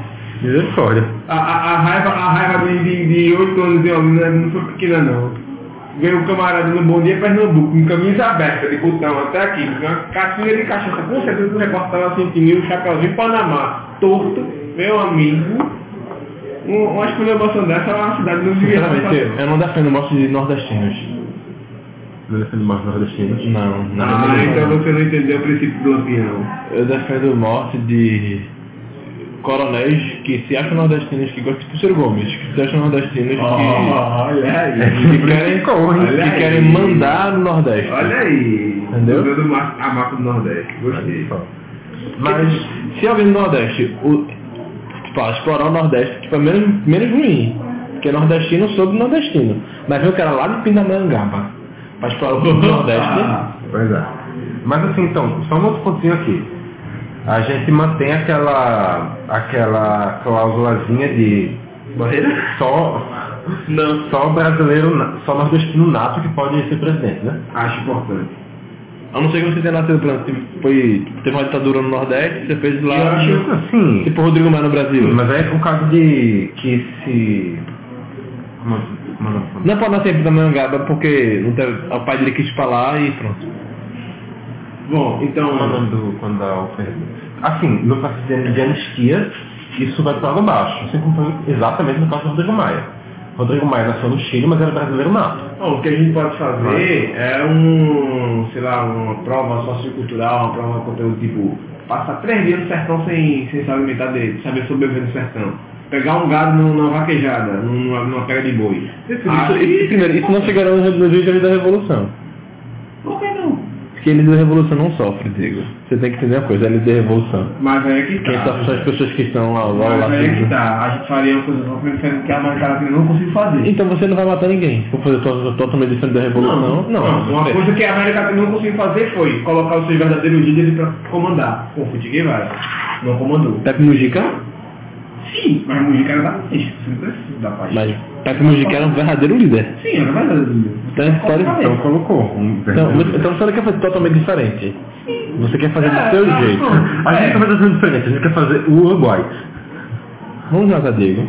B: misericórdia.
D: A, a, a raiva, a raiva de- de de oito anos de homem né, não foi pequena não. Veio um camarada no Bom Dia Pernambuco, com camisa aberta de botão até aqui, com uma caixinha de cachaça, com certeza que o repórter tava sentindo, e o chapéuzinho Panamá, torto, meu amigo. Um, uma esculhambação dessa é uma cidade não devia
A: Sinceramente, eu- eu não defendo morte de nordestinos.
B: Não defendo mais nordestinos.
A: Não, não.
D: Ah,
A: não,
D: então
A: não.
D: você não entendeu o princípio do lampião.
A: Eu defendo morte de coronéis que se acham nordestinos, que gostam tipo Ciro Gomes, que se acham nordestinos que,
D: olha
A: que querem,
D: Ah. Olha
A: que
D: aí.
A: querem mandar no Nordeste.
D: Olha aí.
A: Entendeu?
D: Usando ma- a mapa do Nordeste. Gostei.
A: Mas se alguém do Nordeste o, tipo, ah, explorar o Nordeste, tipo, é menos, menos ruim. Porque nordestino sobre nordestino. Mas vem o cara lá de Pindamonhangaba pra explorar o Nordeste.
D: Ah,
B: Pois é. Mas assim, então, só um outro pontinho aqui. A gente mantém aquela aquela cláusulazinha de
A: Barreira?
B: só
A: Não.
B: só brasileiro, na- só nordestino nato que pode ser presidente, né?
D: acho importante.
A: A não ser que você tenha nascido, por exemplo, tipo, foi, tipo, teve uma ditadura no Nordeste, você fez lá,
D: Eu acho-
B: Sim,
A: tipo Rodrigo Maia no Brasil.
B: sim, mas é um caso de que se como, é como não, como-
A: Não pode nascer em Pindamonhangaba porque não teve, o pai dele quis ir pra lá e pronto.
D: Bom, então.
B: como é o nome do quando dá o perdão? Assim, no caso de, de anistia, isso vai para baixo, assim como foi exatamente no caso do Rodrigo Maia. Rodrigo Maia nasceu no Chile, mas era brasileiro nato.
D: Bom, o que a gente pode fazer é um, sei lá, uma prova sociocultural, uma prova de conteúdo tipo, passar três dias no sertão sem, sem se alimentar direito, saber sobreviver no sertão. Pegar um gado num- numa vaquejada, numa, numa pega de boi.
A: isso, Ah, isso- primeiro, isso não chegará nos nos líderes da Revolução.
D: por que não?
A: Porque líder da Revolução não sofre, Diego. Você tem que entender uma coisa, é líder da Revolução.
D: Mas aí é que
A: Quem
D: tá.
A: sofre são as pessoas que estão lá, lá, lá. assim.
D: Mas aí é que
A: tudo.
D: tá. A gente faria uma coisa totalmente diferente que a Maricaratina não conseguiu fazer.
A: Então você não vai matar ninguém. Vou fazer to- totalmente diferente da Revolução.
D: uma
A: você-
D: coisa que a América Latina não conseguiu fazer foi colocar os seus verdadeiros líderes para comandar. Com o Fute Guevara. Não comandou.
A: Pepe tá Mujica?
D: Sim, mas Mujica era da paz. Você não precisa da paz.
A: Mas Pepe Mujica era um verdadeiro líder.
D: Sim, era verdadeiro líder.
A: Então é história...
B: Então colocou. Um
A: Então,
B: verdadeiro.
A: você- então você não quer fazer totalmente diferente. Você quer fazer do
D: É,
A: seu
D: tá
A: jeito.
D: bom.
B: A gente quer fazer coisa diferente, a gente quer fazer o Uruguai.
A: Vamos jogar, Diego.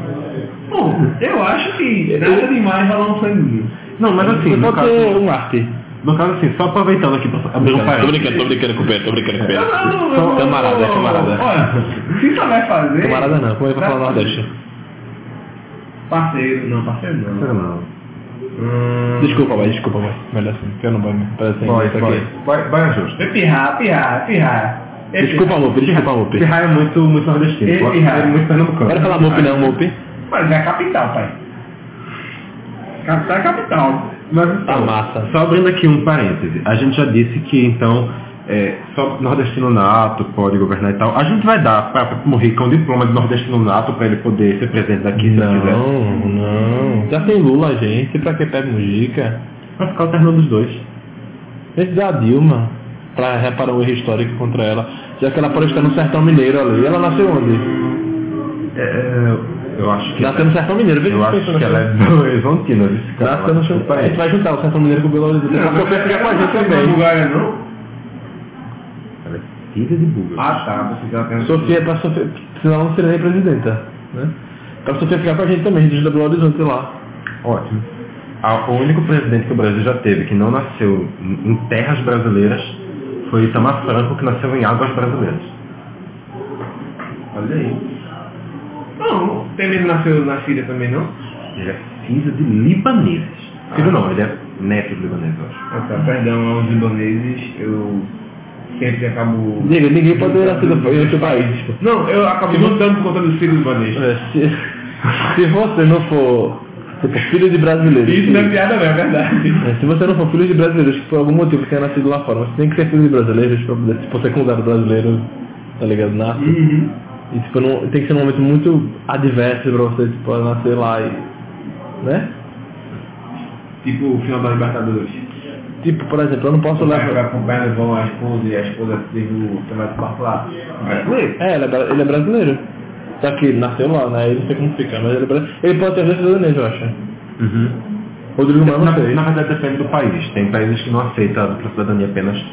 D: Bom, eu acho que nada demais ela não foi nisso.
B: Não, mas assim,
A: Você
B: no
A: pode
B: caso,
A: ter um arte.
B: no caso assim, só aproveitando aqui pra abrir um
A: Tô
B: parênteses.
A: brincando, tô brincando com o Pedro, tô brincando com o Pedro.
D: Não, não, não, não,
A: Camarada,
D: não.
A: camarada.
D: Olha, se só vai fazer...
A: Camarada não, como é que eu vou falar Nordeste?
D: Parceiro, não, parceiro não.
B: Não, não.
D: Hum...
A: Desculpa, vai, desculpa, vai. Melhor assim, porque eu não vou me parecer
B: Boy,
A: isso
B: boy.
A: aqui.
B: Boy, boy é justo.
D: Pirrar, pirrar, pirrar. É
A: Desculpa, Mupi, desculpa, Mupi.
B: Pirra é muito, muito nordestino.
D: Esse
B: Boy,
D: pirra.
B: É muito pernambucano.
A: Bora falar Mupi não, Mupi.
D: pirrar. Mas é a capital, pai. Capital é capital.
B: Mas,
A: Tá massa.
B: Só abrindo aqui um parêntese. A gente já disse que, então, é, só nordestino nato pode governar e tal. A gente vai dar pra Morrica um diploma de nordestino nato pra ele poder ser presidente daqui, se ele quiser.
A: Não, não. Já tem Lula, gente. Pra que pega Mujica?
B: Vai ficar alternando os dois.
A: Esse da Dilma, pra reparar o erro histórico contra ela. Já que ela pode estar no sertão mineiro ali. Ela nasceu onde?
B: É, eu acho que...
A: Nasceu no sertão mineiro. Veja
B: Eu
A: se
B: acho
A: pensou na
B: que ela
A: coisa.
B: é Belo Horizontina, viu? é
A: Nasceu no sertão. A gente vai juntar o sertão mineiro com o Belo Horizonte. Porque eu penso que é com a gente também.
D: Bulgária, não?
B: Ela é filha de búlgaro.
D: Ah, tá. Você já tem...
A: Sofia, pra Sofia... Senão ela não seria nem presidenta, né? Pra Sofia ficar com a gente também. A gente ajuda Belo Horizonte lá.
B: Ótimo. A- o único presidente que o Brasil já teve que não nasceu em, em terras brasileiras foi Itamar Franco, que nasceu em águas brasileiras.
D: Olha aí. Não, Temer nasceu na Síria também, não?
B: Ele é filho de libaneses. Filho não, ele é neto de libaneses, eu acho.
D: Ah, tá. Perdão aos libaneses, eu sempre acabo...
A: Diga, ninguém pode ter nascido em outro país, pô.
D: Tipo,
B: É.
D: Não, eu acabo juntando por conta dos filhos libaneses.
A: É, Se, se você não for Você for filho de brasileiros.
D: Isso não é
A: que-
D: piada não, é verdade.
A: É, Se você não for filho de brasileiros, que por algum motivo tenha nascido lá fora, mas tem que ser filho de brasileiros pra poder, tipo, ser considerado brasileiro, tá ligado? Nasce.
B: Uhum.
A: E tipo, não, tem que ser um momento muito adverso pra você, tipo, nascer lá e. Né?
D: Tipo o final da Libertadores.
A: Tipo, por exemplo, eu não posso
D: Tu vai
A: levar.
D: jogar com o Bernardo, a esposa e a esposa teve o trabalho do quarto lá. Brasileiro.
A: É, ele é, bra- ele é brasileiro. Só que ele nasceu lá, né? Ele não sei como fica, mas ele é brasileiro. Ele pode ter dois cidadanias, eu
B: É.
A: acho.
B: Uhum.
A: Rodrigo Maia,
B: Na,
A: não sei.
B: na verdade depende do país. Tem países que não aceitam a dupla cidadania apenas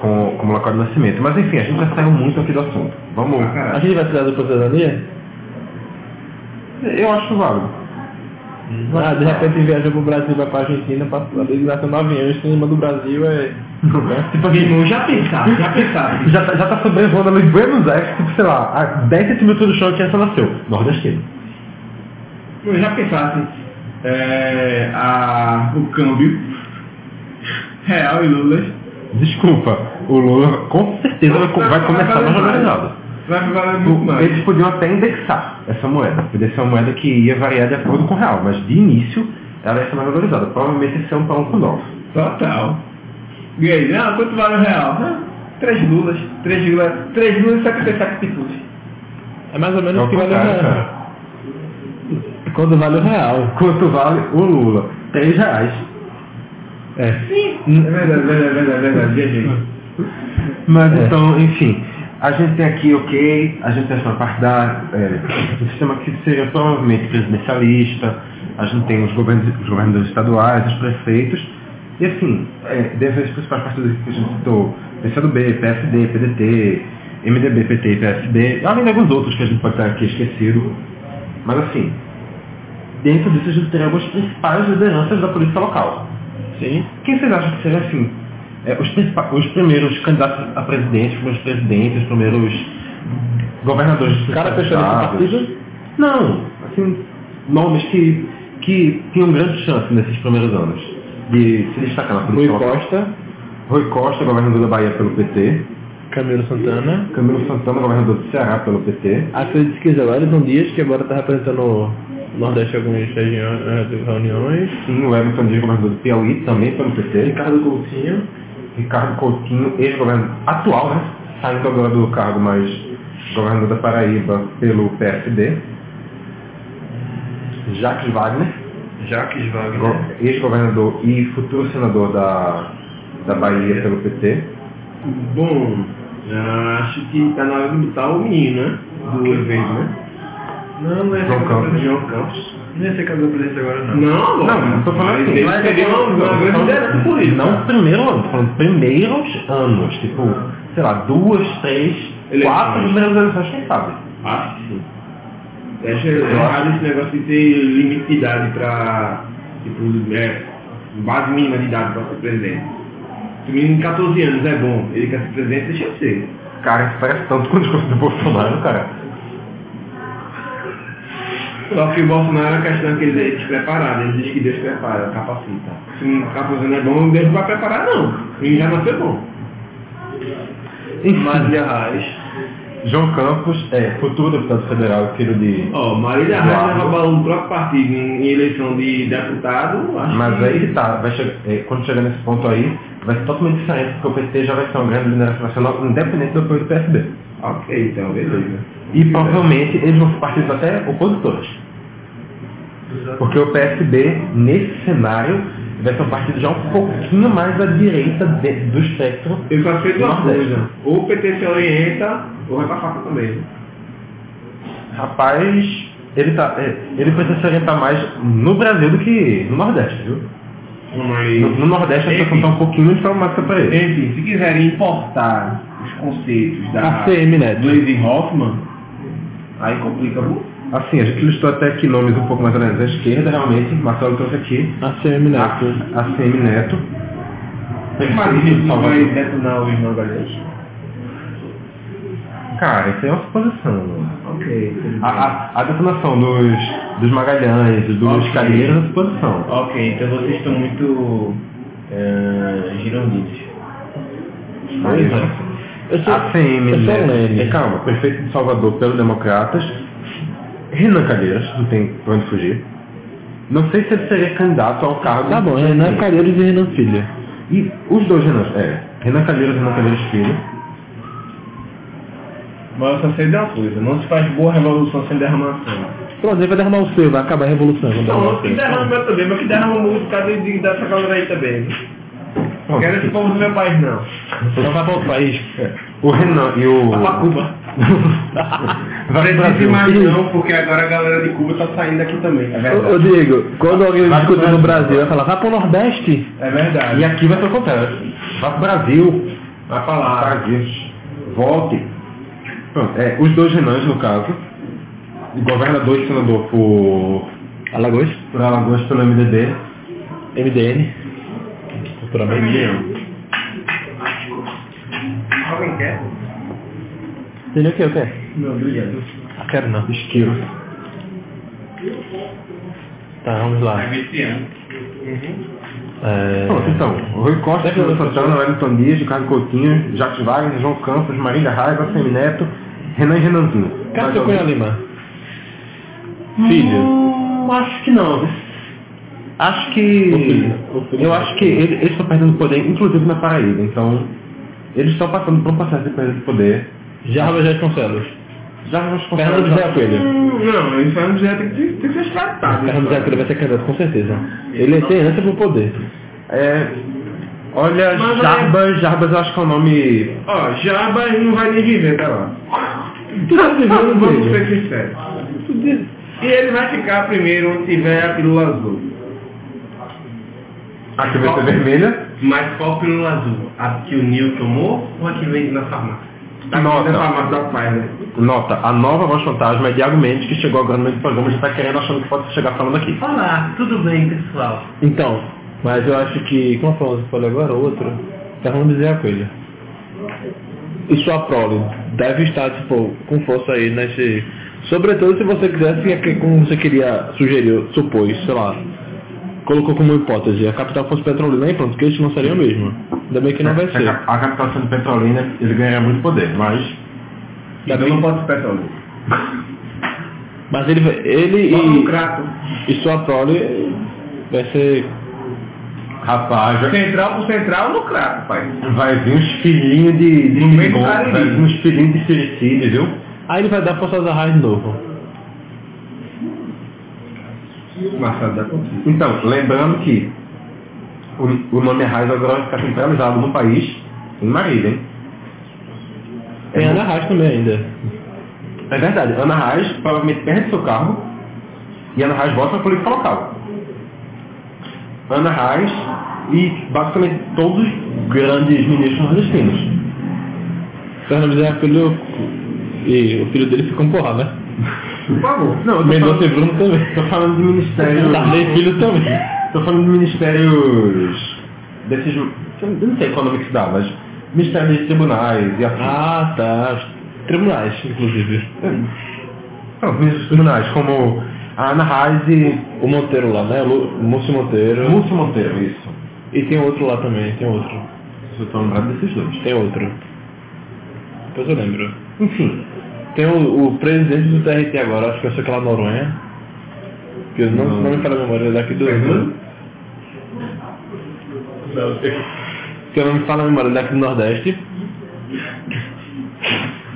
B: com, como local de nascimento. Mas enfim, a gente já saiu muito aqui do assunto. Vamos.
D: Ah, caralho.
A: A gente vai tirar a dupla cidadania?
B: Eu acho válido.
A: Ah, de repente viaja pro Brasil, vai pra Argentina, passa lá, ele nasceu no avião, em cima do Brasil é. né?
D: Tipo assim, irmão, já pensasse, já pensasse.
B: Já, tá- já tá sobrevoando ali Buenos Aires, tipo, sei lá, a 10 centímetros do chão que essa nasceu. Nordestino.
D: Eu já pensasse é, a, o câmbio real e Lula.
B: Desculpa, o Lula com certeza vai, co- vai começar mais valorizado.
D: Vai valer muito mais.
B: Eles podiam até indexar essa moeda. Podia ser uma moeda que ia variar de acordo com o real, mas de início ela ia ser mais valorizada. Provavelmente ia ser um pão com dólar.
D: Total. E aí, não, quanto vale o real? Ah, Três lulas, três lulas, três lulas e 77 tipos.
A: É mais ou
B: É
A: menos
B: o
A: o que vale o
B: contrário,
A: real.
B: cara.
A: Quando vale o real.
B: Quanto vale o Lula? 3 reais.
A: É.
D: É verdade, verdade, verdade, verdade, viajei.
B: Mas
A: É.
B: então, enfim, a gente tem aqui, ok, a gente tem essa parte da, é, um sistema que seria provavelmente presidencialista, a gente tem os governos, os governos estaduais, os prefeitos, e assim, é, dentre as principais partidos que a gente citou, PCdoB, PSD, PDT, MDB, PT e PSD, além de alguns outros que a gente pode estar aqui esquecido, mas assim, dentro disso a gente teria algumas principais lideranças da política local.
A: Sim.
B: Quem vocês acham que seja assim? É, os, principa- os primeiros candidatos a presidente, os primeiros presidentes, os primeiros governadores dos
A: O cara
B: principais
A: fechou nesse
B: estados?
A: partido?
B: Não, assim, nomes que, que tinham grande chance nesses primeiros anos de se destacar na
A: Rui
B: política. local.
A: Costa,
B: Rui Costa, governador da Bahia pelo PT.
A: Camilo Santana.
B: Camilo Santana, governador do Ceará pelo PT.
A: Acredito que é Wellington Dias, que agora tá representando o Nordeste em algumas regiões, eh, reuniões.
B: Sim, o Everton Dias, governador do Piauí, também pelo PT.
A: Ricardo Coutinho.
B: Ricardo Coutinho, ex-governador atual, né? Saindo agora do cargo, mas governador da Paraíba pelo PSD. Jacques Wagner,
A: Jaques
B: go- ex-governador e futuro senador da, da Bahia pelo PT.
D: Bom, acho que tá na hora de botar o menino, né? Do evento, né?
A: Não, não é
B: João Campos.
D: João Campos. é
A: Não ia ser casado presidente agora,
D: Não,
B: Não, não tô falando assim.
D: Ele seria uma, uma grande liderança política.
B: Não primeiro ano, tô falando primeiros anos. Tipo, sei lá, duas, três,
D: Eleições.
B: quatro primeiras eleições, quem sabe?
D: Acho que sim. É, Eu acho errado esse negócio de ter limite de idade pra. Tipo, é, base mínima de idade pra ser presidente. Se o menino de 14 anos é bom, ele quer ser presidente, deixa eu ser.
B: Cara, isso parece tanto com o discurso do Bolsonaro, cara.
D: Só que o Bolsonaro, a questão é que ele é despreparado, ele diz que Deus prepara, capacita. Se o menino de 14 anos é bom, Deus não vai preparar não. O menino já nasceu bom. Marília Reis.
B: João Campos é futuro deputado federal, filho de.
D: Ó, Marília Reis
B: Eduardo.
D: leva balão do próprio partido em em eleição de deputado, acho
B: Mas
D: que...
B: aí que tá, vai chegar- é, quando chegar nesse ponto aí, vai ser totalmente diferente, porque o PT já vai ser uma grande liderança nacional, independente do apoio do PSB.
D: Ok, então, beleza.
B: E provavelmente eles vão ser partidos até opositores. Porque o PSB, nesse cenário, vai ser um partido já um pouquinho mais à direita de- do espectro.
D: Eu só sei de uma
B: Nordeste.
D: coisa. Ou o PT se orienta, ou vai pra faca também.
B: Rapaz, ele, tá, é, ele precisa se orientar mais no Brasil do que no Nordeste, viu? No,
A: assim,
D: Mas,
B: no Nordeste a situação tá um pouquinho traumática pra ele.
D: enfim, se quiserem importar os conceitos da
A: ACM Neto.
D: Gleisi Hoffman, aí complica. viu?
B: Assim, a gente listou até aqui nomes um pouco mais ou menos à esquerda, realmente. Marcelo trouxe aqui.
A: ACM Neto.
B: A CM Neto.
D: Mas isso não vai
B: Salvador.
D: detonar o Irmão Galhães?
B: Cara, isso aí é uma suposição. né?
D: Ok. tudo
B: A,
D: bem.
B: a, a detonação dos, dos Magalhães, dos
D: Ok.
B: Calheiros, é uma suposição.
D: Ok, então vocês estão muito eh, girondinos.
B: Pois é.
A: Eu sou,
B: A CM
A: eu sou um
B: Neto.
A: Leme.
B: É, calma, prefeito de Salvador pelo Democratas. Renan Calheiras, não tem pra onde fugir. Não sei se ele seria candidato ao cargo.
A: Tá bom, Renan Calheiros e Renan Filho.
B: E os dois Renan, é, Renan Calheiros e Renan Calheiros Filho.
D: Mas eu só sei de uma coisa, não se faz boa revolução sem derramar sangue.
A: Pronto, ele vai derramar o seu, vai acabar a revolução. Vai
B: Tá
A: derramar
D: Não,
A: o
D: que
A: seu.
D: derrama também, mas que derrama muito por causa de- dessa galera aí também. Não quero esse povo do meu país, não.
A: Então vai pra Tá outro país.
B: O Renan e o...
D: Vai pra Cuba.
B: Vai pro
D: Precisa
B: Brasil.
D: mais não, porque agora a galera de Cuba tá saindo aqui também. É
A: Ô, ô Diego, quando alguém
B: Vai pro
A: discutir no
B: Brasil.
A: Brasil, vai falar, vai pro Nordeste?
D: É verdade.
B: E aqui vai ser o contrário. Vai pro Brasil.
D: Vai
B: Tá,
D: falar.
B: Brasil. Volte. Pronto, é, os dois Renans, no caso. Governador e senador por,
A: Alagoas?
B: por Alagoas pelo MDB.
A: MDN. Culturalmente.
D: Alguém quer?
A: Entendeu o que eu quero?
D: Não, obrigado.
A: Ah, quero não.
B: Esquilo.
A: Tá, vamos lá.
D: viciando. Uhum.
A: É...
B: Pronto, então. Rui Costa, Silvio Santana, Wellington Dias, Ricardo Coutinho, Jacques Wagner, João Campos, Marília Raiva, Semineto, Renan e Renanzinho. Mais
A: Cássio
B: alguém?
A: Cunha Lima. Filho.
B: Hum, acho que não. Acho que.
A: O filho. O filho.
B: Eu acho que ele- eles estão perdendo poder, inclusive na Paraíba. Então, eles estão passando por um processo de perda de poder.
A: Jarba
B: é
A: Vasconcelos.
B: Já vamos tá.
A: Fernando José Coelho.
D: Não, isso é um objeto que tem, tem que ser né? extratado.
B: É um
A: Fernando José Coelho vai ser candidato, com certeza. Ele é tem ânsia pro poder.
B: É, olha,
D: Mas olha-
B: Jarbas, Jarbas eu acho que é o nome.
D: Ó, Jabas não vai nem viver, tá lá.
B: Tá vivendo,
D: Vamos
B: velho.
D: ser sinceros. E ele vai ficar primeiro onde tiver a pílula azul.
B: A que vai ser vermelha.
D: Mas qual pílula azul? A que o Nil tomou ou a que vende na farmácia? A
B: Nossa.
D: que vende na farmácia da Pfizer.
B: Nota, a nova voz fantasma é Diago Mendes, que chegou agora no meio do programa e já está querendo achando que pode chegar falando aqui.
D: Olá, tudo bem, pessoal?
A: Então, mas eu acho que. Como foi o que eu falei agora? Outro. tá Fernando José Coelho. E sua prole deve estar, tipo, com força aí nesse. Sobretudo se você quisesse, que- como você queria sugerir, supôs, sei lá, colocou como hipótese, a capital fosse petrolina e pronto, que isso não seria o mesmo. Ainda bem que não vai
B: A
A: ser.
B: É, cap- A capital sendo petrolina, ele ganha muito poder, mas
A: Ainda
D: Eu então não
A: bem,
D: posso esperar o
A: mas ele, vai- ele
D: Paulo
A: e,
D: Crato.
A: e sua prole vai ser
B: Rapaz, vai,
D: Central pro central no Crato, pai.
B: vai vir uns filhinhos de, de
D: No meio do
B: sirigomo,
D: Cariri.
B: vai vir uns filhinhos de sericídio, viu?
A: Aí ele vai dar forças arraias de novo.
D: Marcelo da Conquista.
B: Então, lembrando que o, o nome Arraiz agora vai ficar centralizado no país, em Marília, hein?
A: Tem Ana Arraes também ainda.
B: É verdade, Ana Reis provavelmente perde seu cargo e Ana Reis volta para a política local. Ana Reis e basicamente todos os grandes ministros nordestinos.
A: Fernando Tá José Filho e o filho dele ficam porra, né?
D: Por favor.
B: Não, eu tô
A: Mendonça e
B: falando,
A: Bruno também.
B: tô falando de
A: Tá.
B: ministério.
A: Tarnei filho também.
B: Tô falando de ministérios desses. Eu não sei qual nome que se dá, mas ministérios de tribunais e assim.
A: Ah, tá. Os Tribunais, inclusive.
B: Não, ministros de tribunais, como a Ana Reis e
A: O Monteiro lá, né? O Lu- o Múcio Monteiro.
B: Múcio Monteiro, isso.
A: E tem outro lá também, tem outro.
B: Eu tô lembrado desses dois.
A: Tem outro. Depois eu lembro.
B: Enfim,
A: Tem o, o presidente do TRT agora, acho que eu sei que é lá Noronha. Que eu não,
B: Não.
A: não. me falo a memória ele é daqui do.
D: Fernando?
A: Que eu não me falo a memória ele é daqui do Nordeste.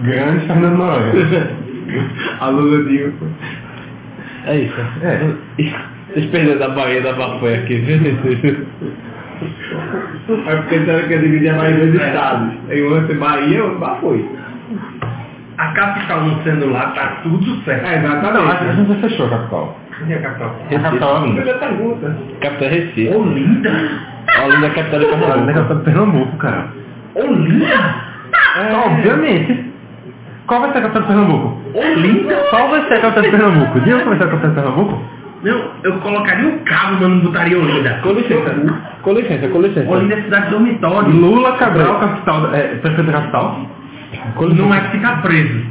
B: grande Fernando Noronha.
D: A Lula Digo.
A: É isso. É. Vocês perderam da Bahia da Bafoia aqui, viu?
D: É porque disseram que ia dividir a Bahia em dois estados. Em um vai ser Bahia e outro Bafoi. A capital não sendo lá, tá tudo certo. É,
B: Não, a
D: exatamente.
B: gente já fechou a capital.
D: Cadê a capital?
B: A capital é Olinda.
D: Primeira pergunta.
A: Capital Recife.
D: Olinda?
A: Olinda é a capital de
B: Olinda é a
A: Pernambuco.
B: capital de Pernambuco, cara.
D: Olinda?
B: É, obviamente. Qual vai ser a capital de Pernambuco?
D: Olinda?
B: Qual vai ser a capital de Pernambuco? Diga qual vai ser a capital de Pernambuco?
D: Não, eu colocaria um carro, mas não botaria Olinda.
A: Com licença, com licença, com licença.
D: Olinda é cidade dormitório.
B: Lula Cabral, capital, da- é, prefeito da capital.
A: Com
D: Não
A: licença.
D: é que fica preso.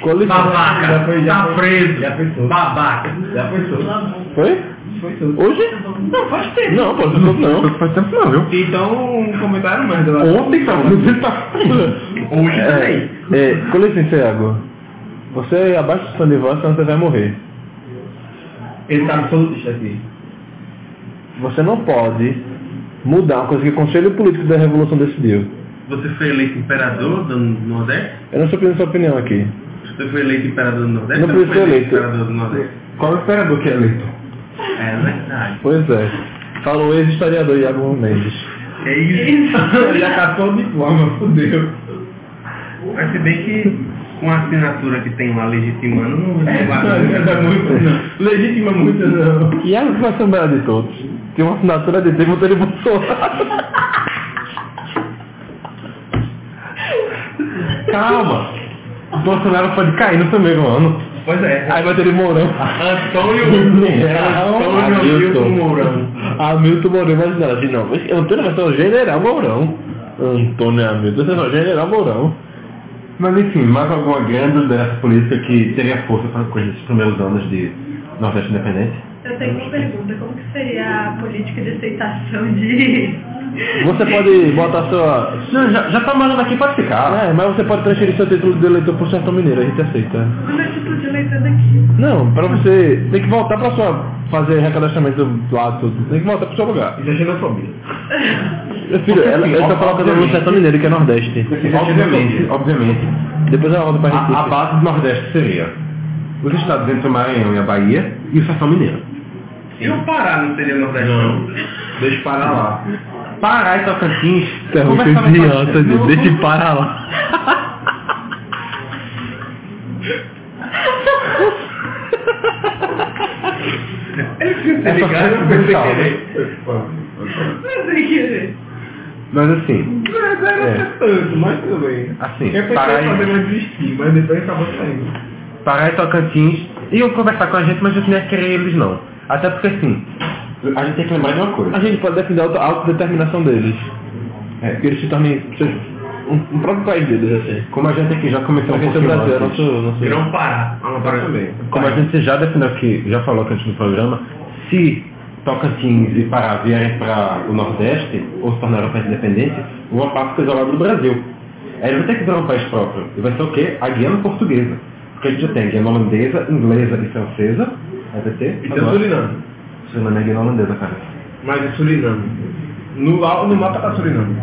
A: Com licença.
D: Babaca.
A: Já foi, já
D: tá
A: foi.
D: preso.
A: Já foi solto.
D: Babaca. Já foi
A: Foi?
D: Foi solto.
A: Hoje?
D: Não, faz tempo.
A: Não, pô, não sou não.
B: Faz tempo não, viu?
D: Então, um comentário mais do
B: Ontem tava no dia tá
D: Hoje
A: É,
D: também.
A: é, com licença, Iago. é Você abaixa o som de voz, senão você vai morrer.
D: Ele tá absolutista aqui.
A: Você não pode mudar uma coisa que o Conselho Político da Revolução decidiu.
D: Você foi eleito imperador do Nordeste?
A: Eu não estou pedindo sua opinião aqui.
D: Você foi eleito imperador do Nordeste?
A: Não
D: Você
A: precisa
D: foi
A: eleito.
D: imperador do Nordeste.
B: Qual é o imperador que é eleito?
D: É verdade.
A: Pois é. Fala o ex-historiador Iago Mendes.
D: É isso. Já catou o diploma, fudeu. Mas se bem que com a assinatura que tem lá legitimando, não vai
B: não,
D: muito.
B: né?
D: Legitima muito não.
A: Iago que vai ser o melhor é de todos. Tem uma assinatura de tempo dele Bolsonaro.
B: Calma! O Bolsonaro pode cair no primeiro ano.
D: Pois é.
A: Aí vai ter ele Mourão.
D: Antônio Hamilton Mourão.
A: Hamilton Mourão, mas não, assim, não. esse Antônio vai ser o General Mourão. Antônio Hamilton, vai ser o General Mourão.
B: Mas enfim, mais alguma grande dessa política que teria força para coisas dos primeiros anos de Nordeste Independente?
C: Eu tenho uma pergunta, como que seria a política de aceitação de...
A: Você pode botar sua,
B: Já, já tá morando aqui, pode ficar.
A: É, mas você pode transferir seu título de eleitor pro Sertão Mineiro, a gente aceita.
C: Mas é tipo de leitura daqui.
A: Não, pra você tem que voltar pra sua. fazer recadastramento lá, tudo. Tem que voltar pro seu lugar.
D: Isso é xenofobia.
A: Meu filho, ela,
B: assim,
A: ela tá
B: ó,
A: falando do
B: obviamente.
A: Sertão Mineiro, que é Nordeste.
B: Obviamente, obviamente.
A: Depois ela volta pra Recife.
B: A, a base do Nordeste seria os estados entre o Maranhão e a Bahia e o Sertão Mineiro.
D: E o Pará não seria Nordeste?
B: Deixa parar lá. Pará e Tocantins.
A: Você é muito
B: conversava com-
A: idiota,
B: Não,
A: de, deixa eu parar lá.
B: É
D: Tá ligado?
B: Essa
D: Foi
B: foi
D: sem
B: calma.
D: querer.
C: Mas é
B: Mas
C: que...
B: assim,
D: Mas era tanto, mas tudo bem.
B: assim,
D: Eu
B: Pará
D: pensei em fazer
B: e,
D: mais desistir, mas depois acabou saindo.
B: Pará e Tocantins iam conversar com a gente, mas eu não ia querer eles não. Até porque assim, a gente tem que lembrar de uma coisa.
A: A gente pode defender a auto- a autodeterminação deles. É, que eles se tornem seus- um, um próprio país deles, assim.
B: Como a gente aqui já começou um
A: Porque esse é o
B: pouquinho
A: Brasil, é
B: antes,
A: nosso. nosso...
D: Grão Pará. Ah, não, Pará também.
B: Como a gente já definiu aqui, já falou aqui antes do programa, se Tocantins e Pará vierem para o Nordeste, ou se tornaram um país independente, o Amapá fica isolado do Brasil. Aí ele vai ter que virar um país próprio. E vai ser o quê? A Guiana Portuguesa. Porque a gente já tem Guiana Holandesa, Inglesa e Francesa. Aí vai ter...
D: Isso é Suriname.
B: Suriname é Guiana Holandesa, cara.
D: Mas é Suriname. No, lá- no mapa tá Suriname.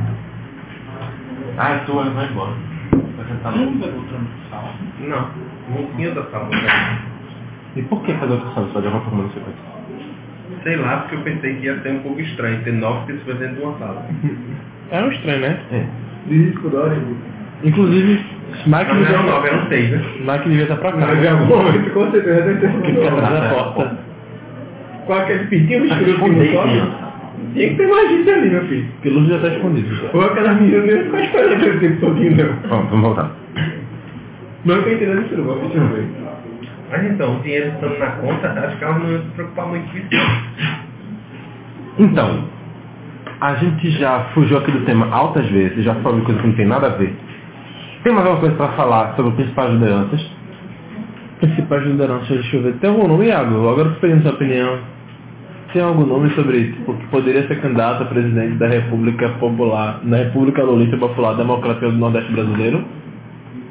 B: Ah, tu vai embora.
D: tá Não. Não tinha da né? sala.
B: E por que fazer outra sala só de Europa Romana sequência?
D: Sei lá, porque eu pensei que ia ser um pouco estranho ter nove pessoas dentro de uma sala.
A: É um estranho, né?
B: É.
D: Diz isso da
A: Inclusive, Mike
D: Mas não
A: devia,
D: eram nove, eram seis, né?
A: Mike devia estar pra cá.
D: Mas em algum momento, com certeza, deve ter
A: Que
D: sido
A: fica
D: nove.
A: atrás da porta.
D: Com aquele pintinho escuro que não
B: Escondei,
D: sobe.
B: criança.
D: Tinha que ter mais gente ali, meu filho.
A: Porque luz já tá escondido.
D: Ou aquelas meninas não iam ficar esperando aquele tempo todinho, não.
B: Bom, vamos voltar.
D: Não né? tô entendendo isso, não. Vou pedir um beijo. Mas então, o dinheiro estando na conta, acho que elas não iam se preocupar muito com isso.
B: Então, a gente já fugiu aqui do tema altas vezes, já falou de coisa que não tem nada a ver. Tem mais alguma coisa para falar sobre principais lideranças?
A: Principais lideranças, deixa eu ver. Tem algum nome, Iago? Agora eu tô pedindo sua opinião. Tem algum nome sobre tipo, que poderia ser candidato a presidente da República Popular, na República Lulista Popular Democrática do Nordeste Brasileiro?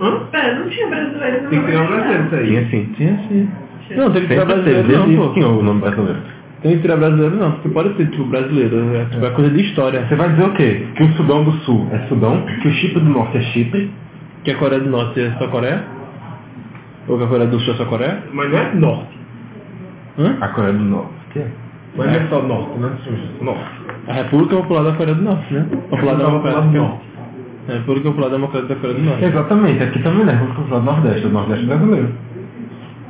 D: Hã?
C: Pera, não tinha brasileiro no
D: Tem que ter uma
C: Brasil.
D: presença aí.
B: Tinha sim.
A: Tinha sim. Não, tem que
B: Sempre
A: tirar brasileiro
B: teve, desde
A: não,
B: que
A: pô.
B: tinha o nome brasileiro.
A: Tem que tirar brasileiro não, porque pode ser tipo brasileiro, é, tipo, é coisa de história.
B: Você vai dizer o quê? Que o Sudão do Sul é Sudão, que o Chipre do Norte é Chipre.
A: Que a Coreia do Norte é só Coreia? Ou que a Coreia do Sul é só Coreia?
D: Mas não é norte.
A: Hã?
B: A Coreia do Norte é?
D: Mas não é só norte, né? Norte.
A: A República Popular da Coreia do Norte, né? Popular Democrática. A
B: É,
A: República Popular Democrática da Coreia do Norte.
B: Exatamente, aqui também né? Vamos falar do Nordeste, do Nordeste é brasileiro.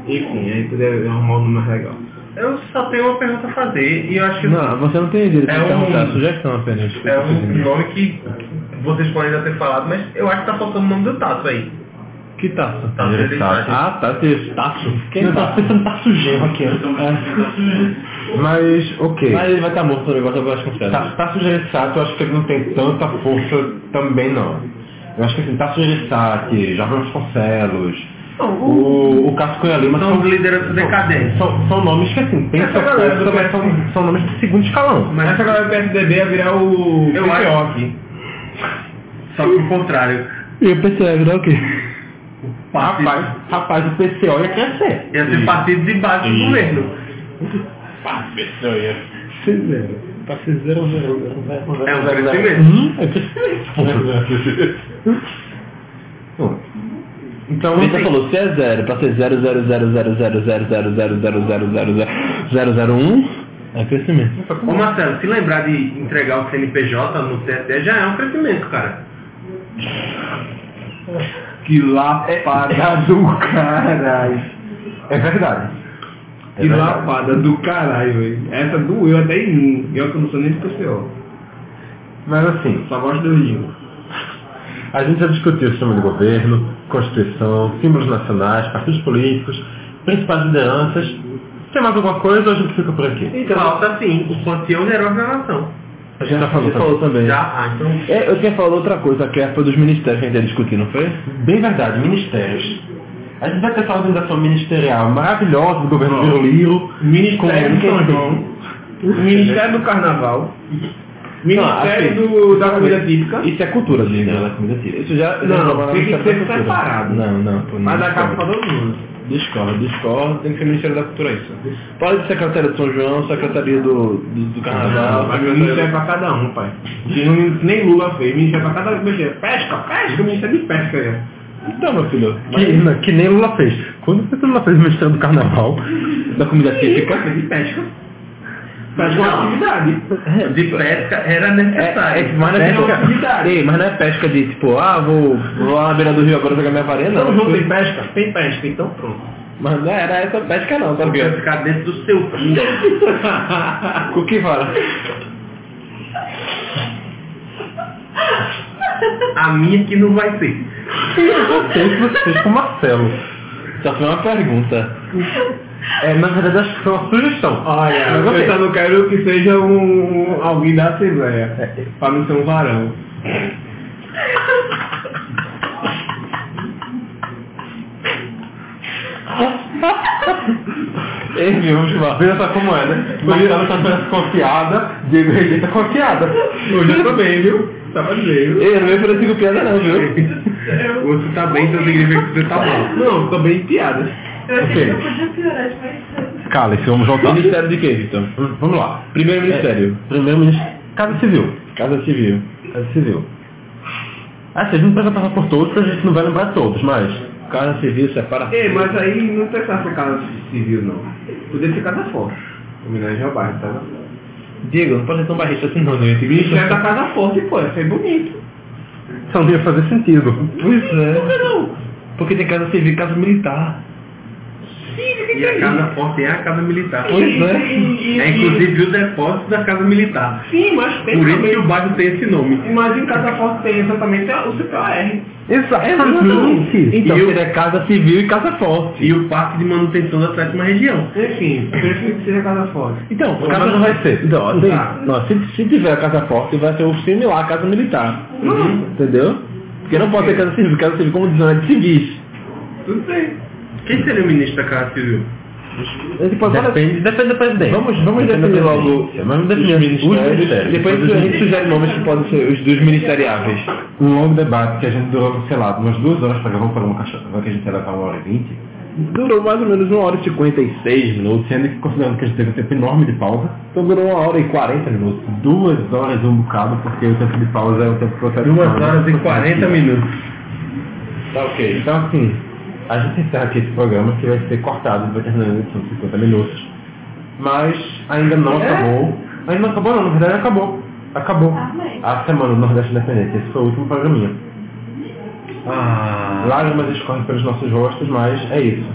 D: Enfim, aí poderia arrumar um número legal. Eu só tenho uma pergunta a fazer e eu acho que
A: Não, você não tem direito de
D: É um-
A: perguntar, sugestão apenas.
D: é um nome que vocês podem já ter falado, mas eu acho que tá faltando o nome do Tato aí.
A: Que taça?
D: Tato
B: Ele
D: ele
B: tá-
D: tá.
A: Ah, tá, tem taço. Quem
B: Eu
A: tá?
B: tava pensando tá sujeiro aqui. Mas, tá ok.
A: Mas ele vai estar morto também, bota o Vasconcelos.
B: Tá, Tasso Gereissati, eu acho que ele não tem tanta força também não. Eu acho que assim, Tasso Gereissati, Jorge Vasconcelos, o, o Cássio Cunha Lima tá
D: São
B: são,
D: lideranças decadentes.
B: são, são nomes que assim, tem
D: Essa
B: sua
D: galera
B: força,
D: do
B: mas são, são nomes de segundo escalão.
D: Mas essa galera do PSDB ia virar o eu
B: PPO
D: aqui. Só que o contrário.
A: E é o PCE virar o quê?
B: Rapaz, rapaz, o PCO ia crescer.
D: Ia ser partido de base do governo.
B: PCO ia.
D: Vocês lembram?
E: Parece zero zero. zero, zero, zero.
D: É um crescimento.
E: Hum, é crescimento.
B: Bom, Então,
A: Você falou, se é zero, pra ser zero, zero, zero, zero, zero, zero, zero, zero, zero, zero, zero, zero, zero, zero, um, é crescimento.
D: Ô Marcelo, se lembrar de entregar o CNPJ no TSE já é um crescimento, cara.
B: que lapada do caralho. É verdade. É
D: Que
B: verdade.
D: lapada do caralho, velho. Essa doeu até em mim. E eu que não sou nem de PCO.
B: Mas assim,
D: Só gosto do Rio.
B: A gente já discutiu o sistema de governo, Constituição, símbolos nacionais, partidos políticos, principais lideranças. Tem mais alguma coisa ou a gente fica por aqui?
D: Então, Falta sim, o quantia oneroso da nação.
B: A gente já falou
A: Você
B: também.
A: falou também.
D: Já, ah, então.
A: É, eu tinha falado outra coisa, que é foi dos ministérios que a gente ia discutir, não foi?
B: Bem verdade, ministérios. A gente vai ter essa organização ministerial maravilhosa do governo
D: Não.
B: Biruliro. Com
D: Ministério do São
B: quem?
D: João. Ministério É do Carnaval.
B: assim,
D: Ministério
A: Não,
D: do, da Comida Típica.
A: Isso é cultura, gente. Não, é comida típica. Isso já...
D: Não,
A: já-
D: tem que
A: já-
D: ser
A: já- cultura.
D: separado.
A: Não, não. pô, não
D: Mas da
A: discordo.
D: capa pra todo mundo.
A: Discordo, discordo. Tem que ser Ministério da Cultura é isso. Para de Secretaria de São João, Secretaria do, do, do Carnaval.
D: Mas o ministério é pra cada um, pai. Que não- Nem Lula fez. Ministério é pra cada um. Ministério é Pesca, pesca, ministério de pesca. é.
A: Então, meu filho.
B: Que, que nem Lula fez. Quando foi que Lula fez o Ministério do Carnaval?
A: Da comida
D: De
A: típica.
D: pesca, de pesca. Pesca é uma atividade. De pesca era
A: É, é, mas não é
D: Pesca é uma
A: pesca,
D: atividade.
A: Ei, mas não é pesca de tipo, ah, vou, vou lá na beira do rio agora jogar minha varinha, não.
D: Então, João tem pesca? Tem pesca, então pronto.
A: Mas não era essa pesca não, tá
D: Você vai
A: ligado?
D: ficar dentro do seu cu.
A: Com que vara?
D: A minha que não vai ser.
B: Eu sei que você fez com o Marcelo.
A: Só foi uma pergunta.
B: É, na verdade, acho que foi uma sugestão.
D: Olha,
B: Mas
D: eu
B: ok.
D: só não quero que seja um, um- alguém da Assembleia. Pra não ser um varão.
B: Ei, meu, Gilmar, veja só como é, né? Marcelo tá sendo confiada, Diego Rejeita confiada.
D: Hoje eu tô bem, viu? Tá bem.
A: Ei, não me ofereci com piada não, viu?
D: Você tá bem, então significa que você tá mal. Não, tô bem em piadas.
C: Eu achei
B: Ok.
C: que eu podia piorar é. de mais cedo.
B: Cala-se, vamos voltar.
A: Ministério de quê, Vitor?
B: Hum, Vamos lá.
A: É, Primeiro Ministério.
B: Primeiro ministro. Casa Civil.
A: Casa Civil.
B: Casa Civil. Ah, se a gente não precisa passar por todos, porque a gente não vai lembrar todos, mas.
A: Casa Civil separa.
D: Ei, mas aí não precisa ser casa civil, não. Podia ser casa forte. Homenagem ao bairro, tá?
A: Diego, não pode ser tão barrista assim não, né?
D: Ministério é da Casa Forte, pô, ia ser bonito.
B: Só não ia fazer sentido.
A: Pois é. Por que não? Porque tem casa civil e casa militar.
D: E a Casa Forte é a Casa Militar.
A: Pois é.
D: É inclusive o depósito da Casa Militar.
E: Sim, mas
D: Por isso que o bairro tem esse nome.
E: Mas em Casa Forte tem exatamente o CPOR.
B: Exatamente.
A: Então,
D: E eu-
A: seria casa civil e casa forte.
D: E o Parque de Manutenção da Sétima Região.
E: Enfim, prefiro que seja Casa Forte.
A: Então,
B: Mas não vai ser.
A: Então, assim,
D: Tá.
A: não, se, se tiver a casa forte, vai ser o similar à casa militar. Uhum. Entendeu? Porque não pode ter casa civil. Casa civil, como dizem, é de civis.
D: Tudo bem. Quem seria o ministro da Casa Civil?
A: A gente pode-
B: Depende, depende da presidência.
A: tipo, Vamos, vamos
B: Depende da
A: definir
B: presidência.
A: logo
B: Vamos definir os ministérios.
A: Depois
B: Todos os
A: a gente sugere nomes que podem ser os dos ministeriáveis.
B: um longo debate que a gente durou, sei lá, umas duas horas para gravar um programa cachorro, que a gente ia levar uma hora e vinte,
A: Durou mais ou menos 1 hora e 56 minutos.
B: sendo que considerando que a gente teve um tempo enorme de pausa,
A: Então durou 1 hora e 40 minutos.
B: duas horas e um bocado, porque o tempo de pausa é o tempo que você
D: Duas horas e 40 minutos.
A: Tá ok.
B: Então assim, a gente encerra aqui esse programa que vai ser cortado, vai terminar em 50 minutos. Mas ainda não
D: É?
B: acabou. Ainda não acabou não, na verdade acabou. Acabou.
C: Amém.
B: A semana do Nordeste Independente, esse foi o último programinha.
D: Ah,
B: Lágrimas escorrem pelos nossos rostos, mas é isso.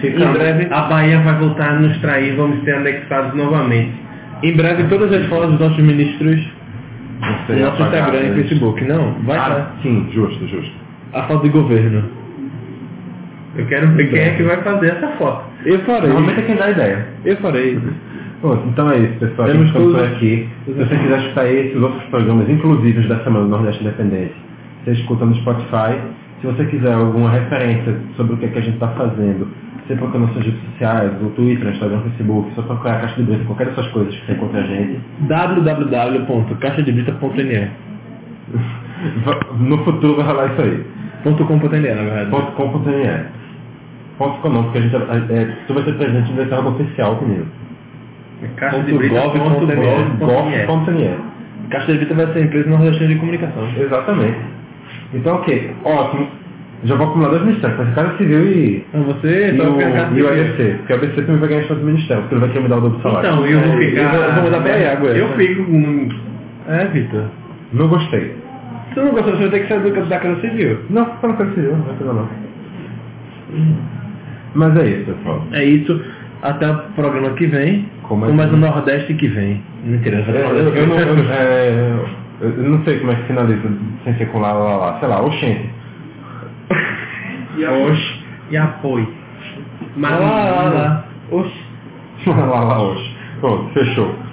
D: fica
A: Em breve-
D: A Bahia vai voltar a nos trair, vamos ser anexados novamente.
A: Em breve todas as falas dos nossos ministros
B: Não
A: no
B: sei,
A: nosso
B: apagadas.
A: Instagram e Facebook. Não, vai
B: Ah,
A: lá.
B: sim, justo, justo.
A: A foto de governo.
D: Eu quero
A: um
D: ver quem é que vai fazer essa foto.
A: Eu farei.
B: Normalmente é quem dá a ideia.
A: Eu farei.
B: Bom, então é isso, pessoal.
A: Temos
B: Estamos por
A: tudo.
B: aqui. Se você quiser escutar esses outros programas, inclusive os da Semana do Nordeste Independente, você escuta no Spotify. Se você quiser alguma referência sobre o que, é que a gente está fazendo, você procura nas suas redes sociais, no Twitter, no Instagram, no Facebook, só procurar a Caixa de Brito, qualquer dessas coisas que você encontra a gente.
A: www.caixadebrita.ne
B: No futuro vai rolar isso aí.
A: .com.ne, na verdade.
B: Ponto .com.br é Ponto .com não, porque a gente é, é, tu vai ser presidente do Estado Oficial comigo. Caixa
A: Caixa de Brita vai ser a empresa nordestina de comunicação.
B: Exatamente. Então, ok. Ótimo. Já vou acumular dois ministérios, mas Casa Civil e,
A: Então você
B: e,
A: só fica
B: o, e o
A: Caixa de
B: ABC. Porque o ABC também vai ganhar chance do ministério, porque ele vai querer mudar o dobro do salário. É,
E: Então, eu vou
A: eu vou- eu vou
E: ficar.
A: mudar pra Iago essa.
E: Eu fico com.
A: É, Vitor.
B: Não gostei.
A: Se não gostou, você vai ter que sair do- da Casa Civil.
B: Não, só no Casa Civil, não vai pegar não. Mas é isso, pessoal.
A: É isso. Até o programa que vem.
B: Com mais
A: ou mais
B: um.
A: o Nordeste que vem. Mentira.
B: Eu, eu- eu não, eu- é, eu não sei como é que finaliza sem ser com lá, lá, lá. Sei lá, oxente.
A: Oxe.
E: E apoio.
B: Ah,
A: Lá, lá, lá. Oxe.
B: lá, lá, oxe. Pronto, fechou.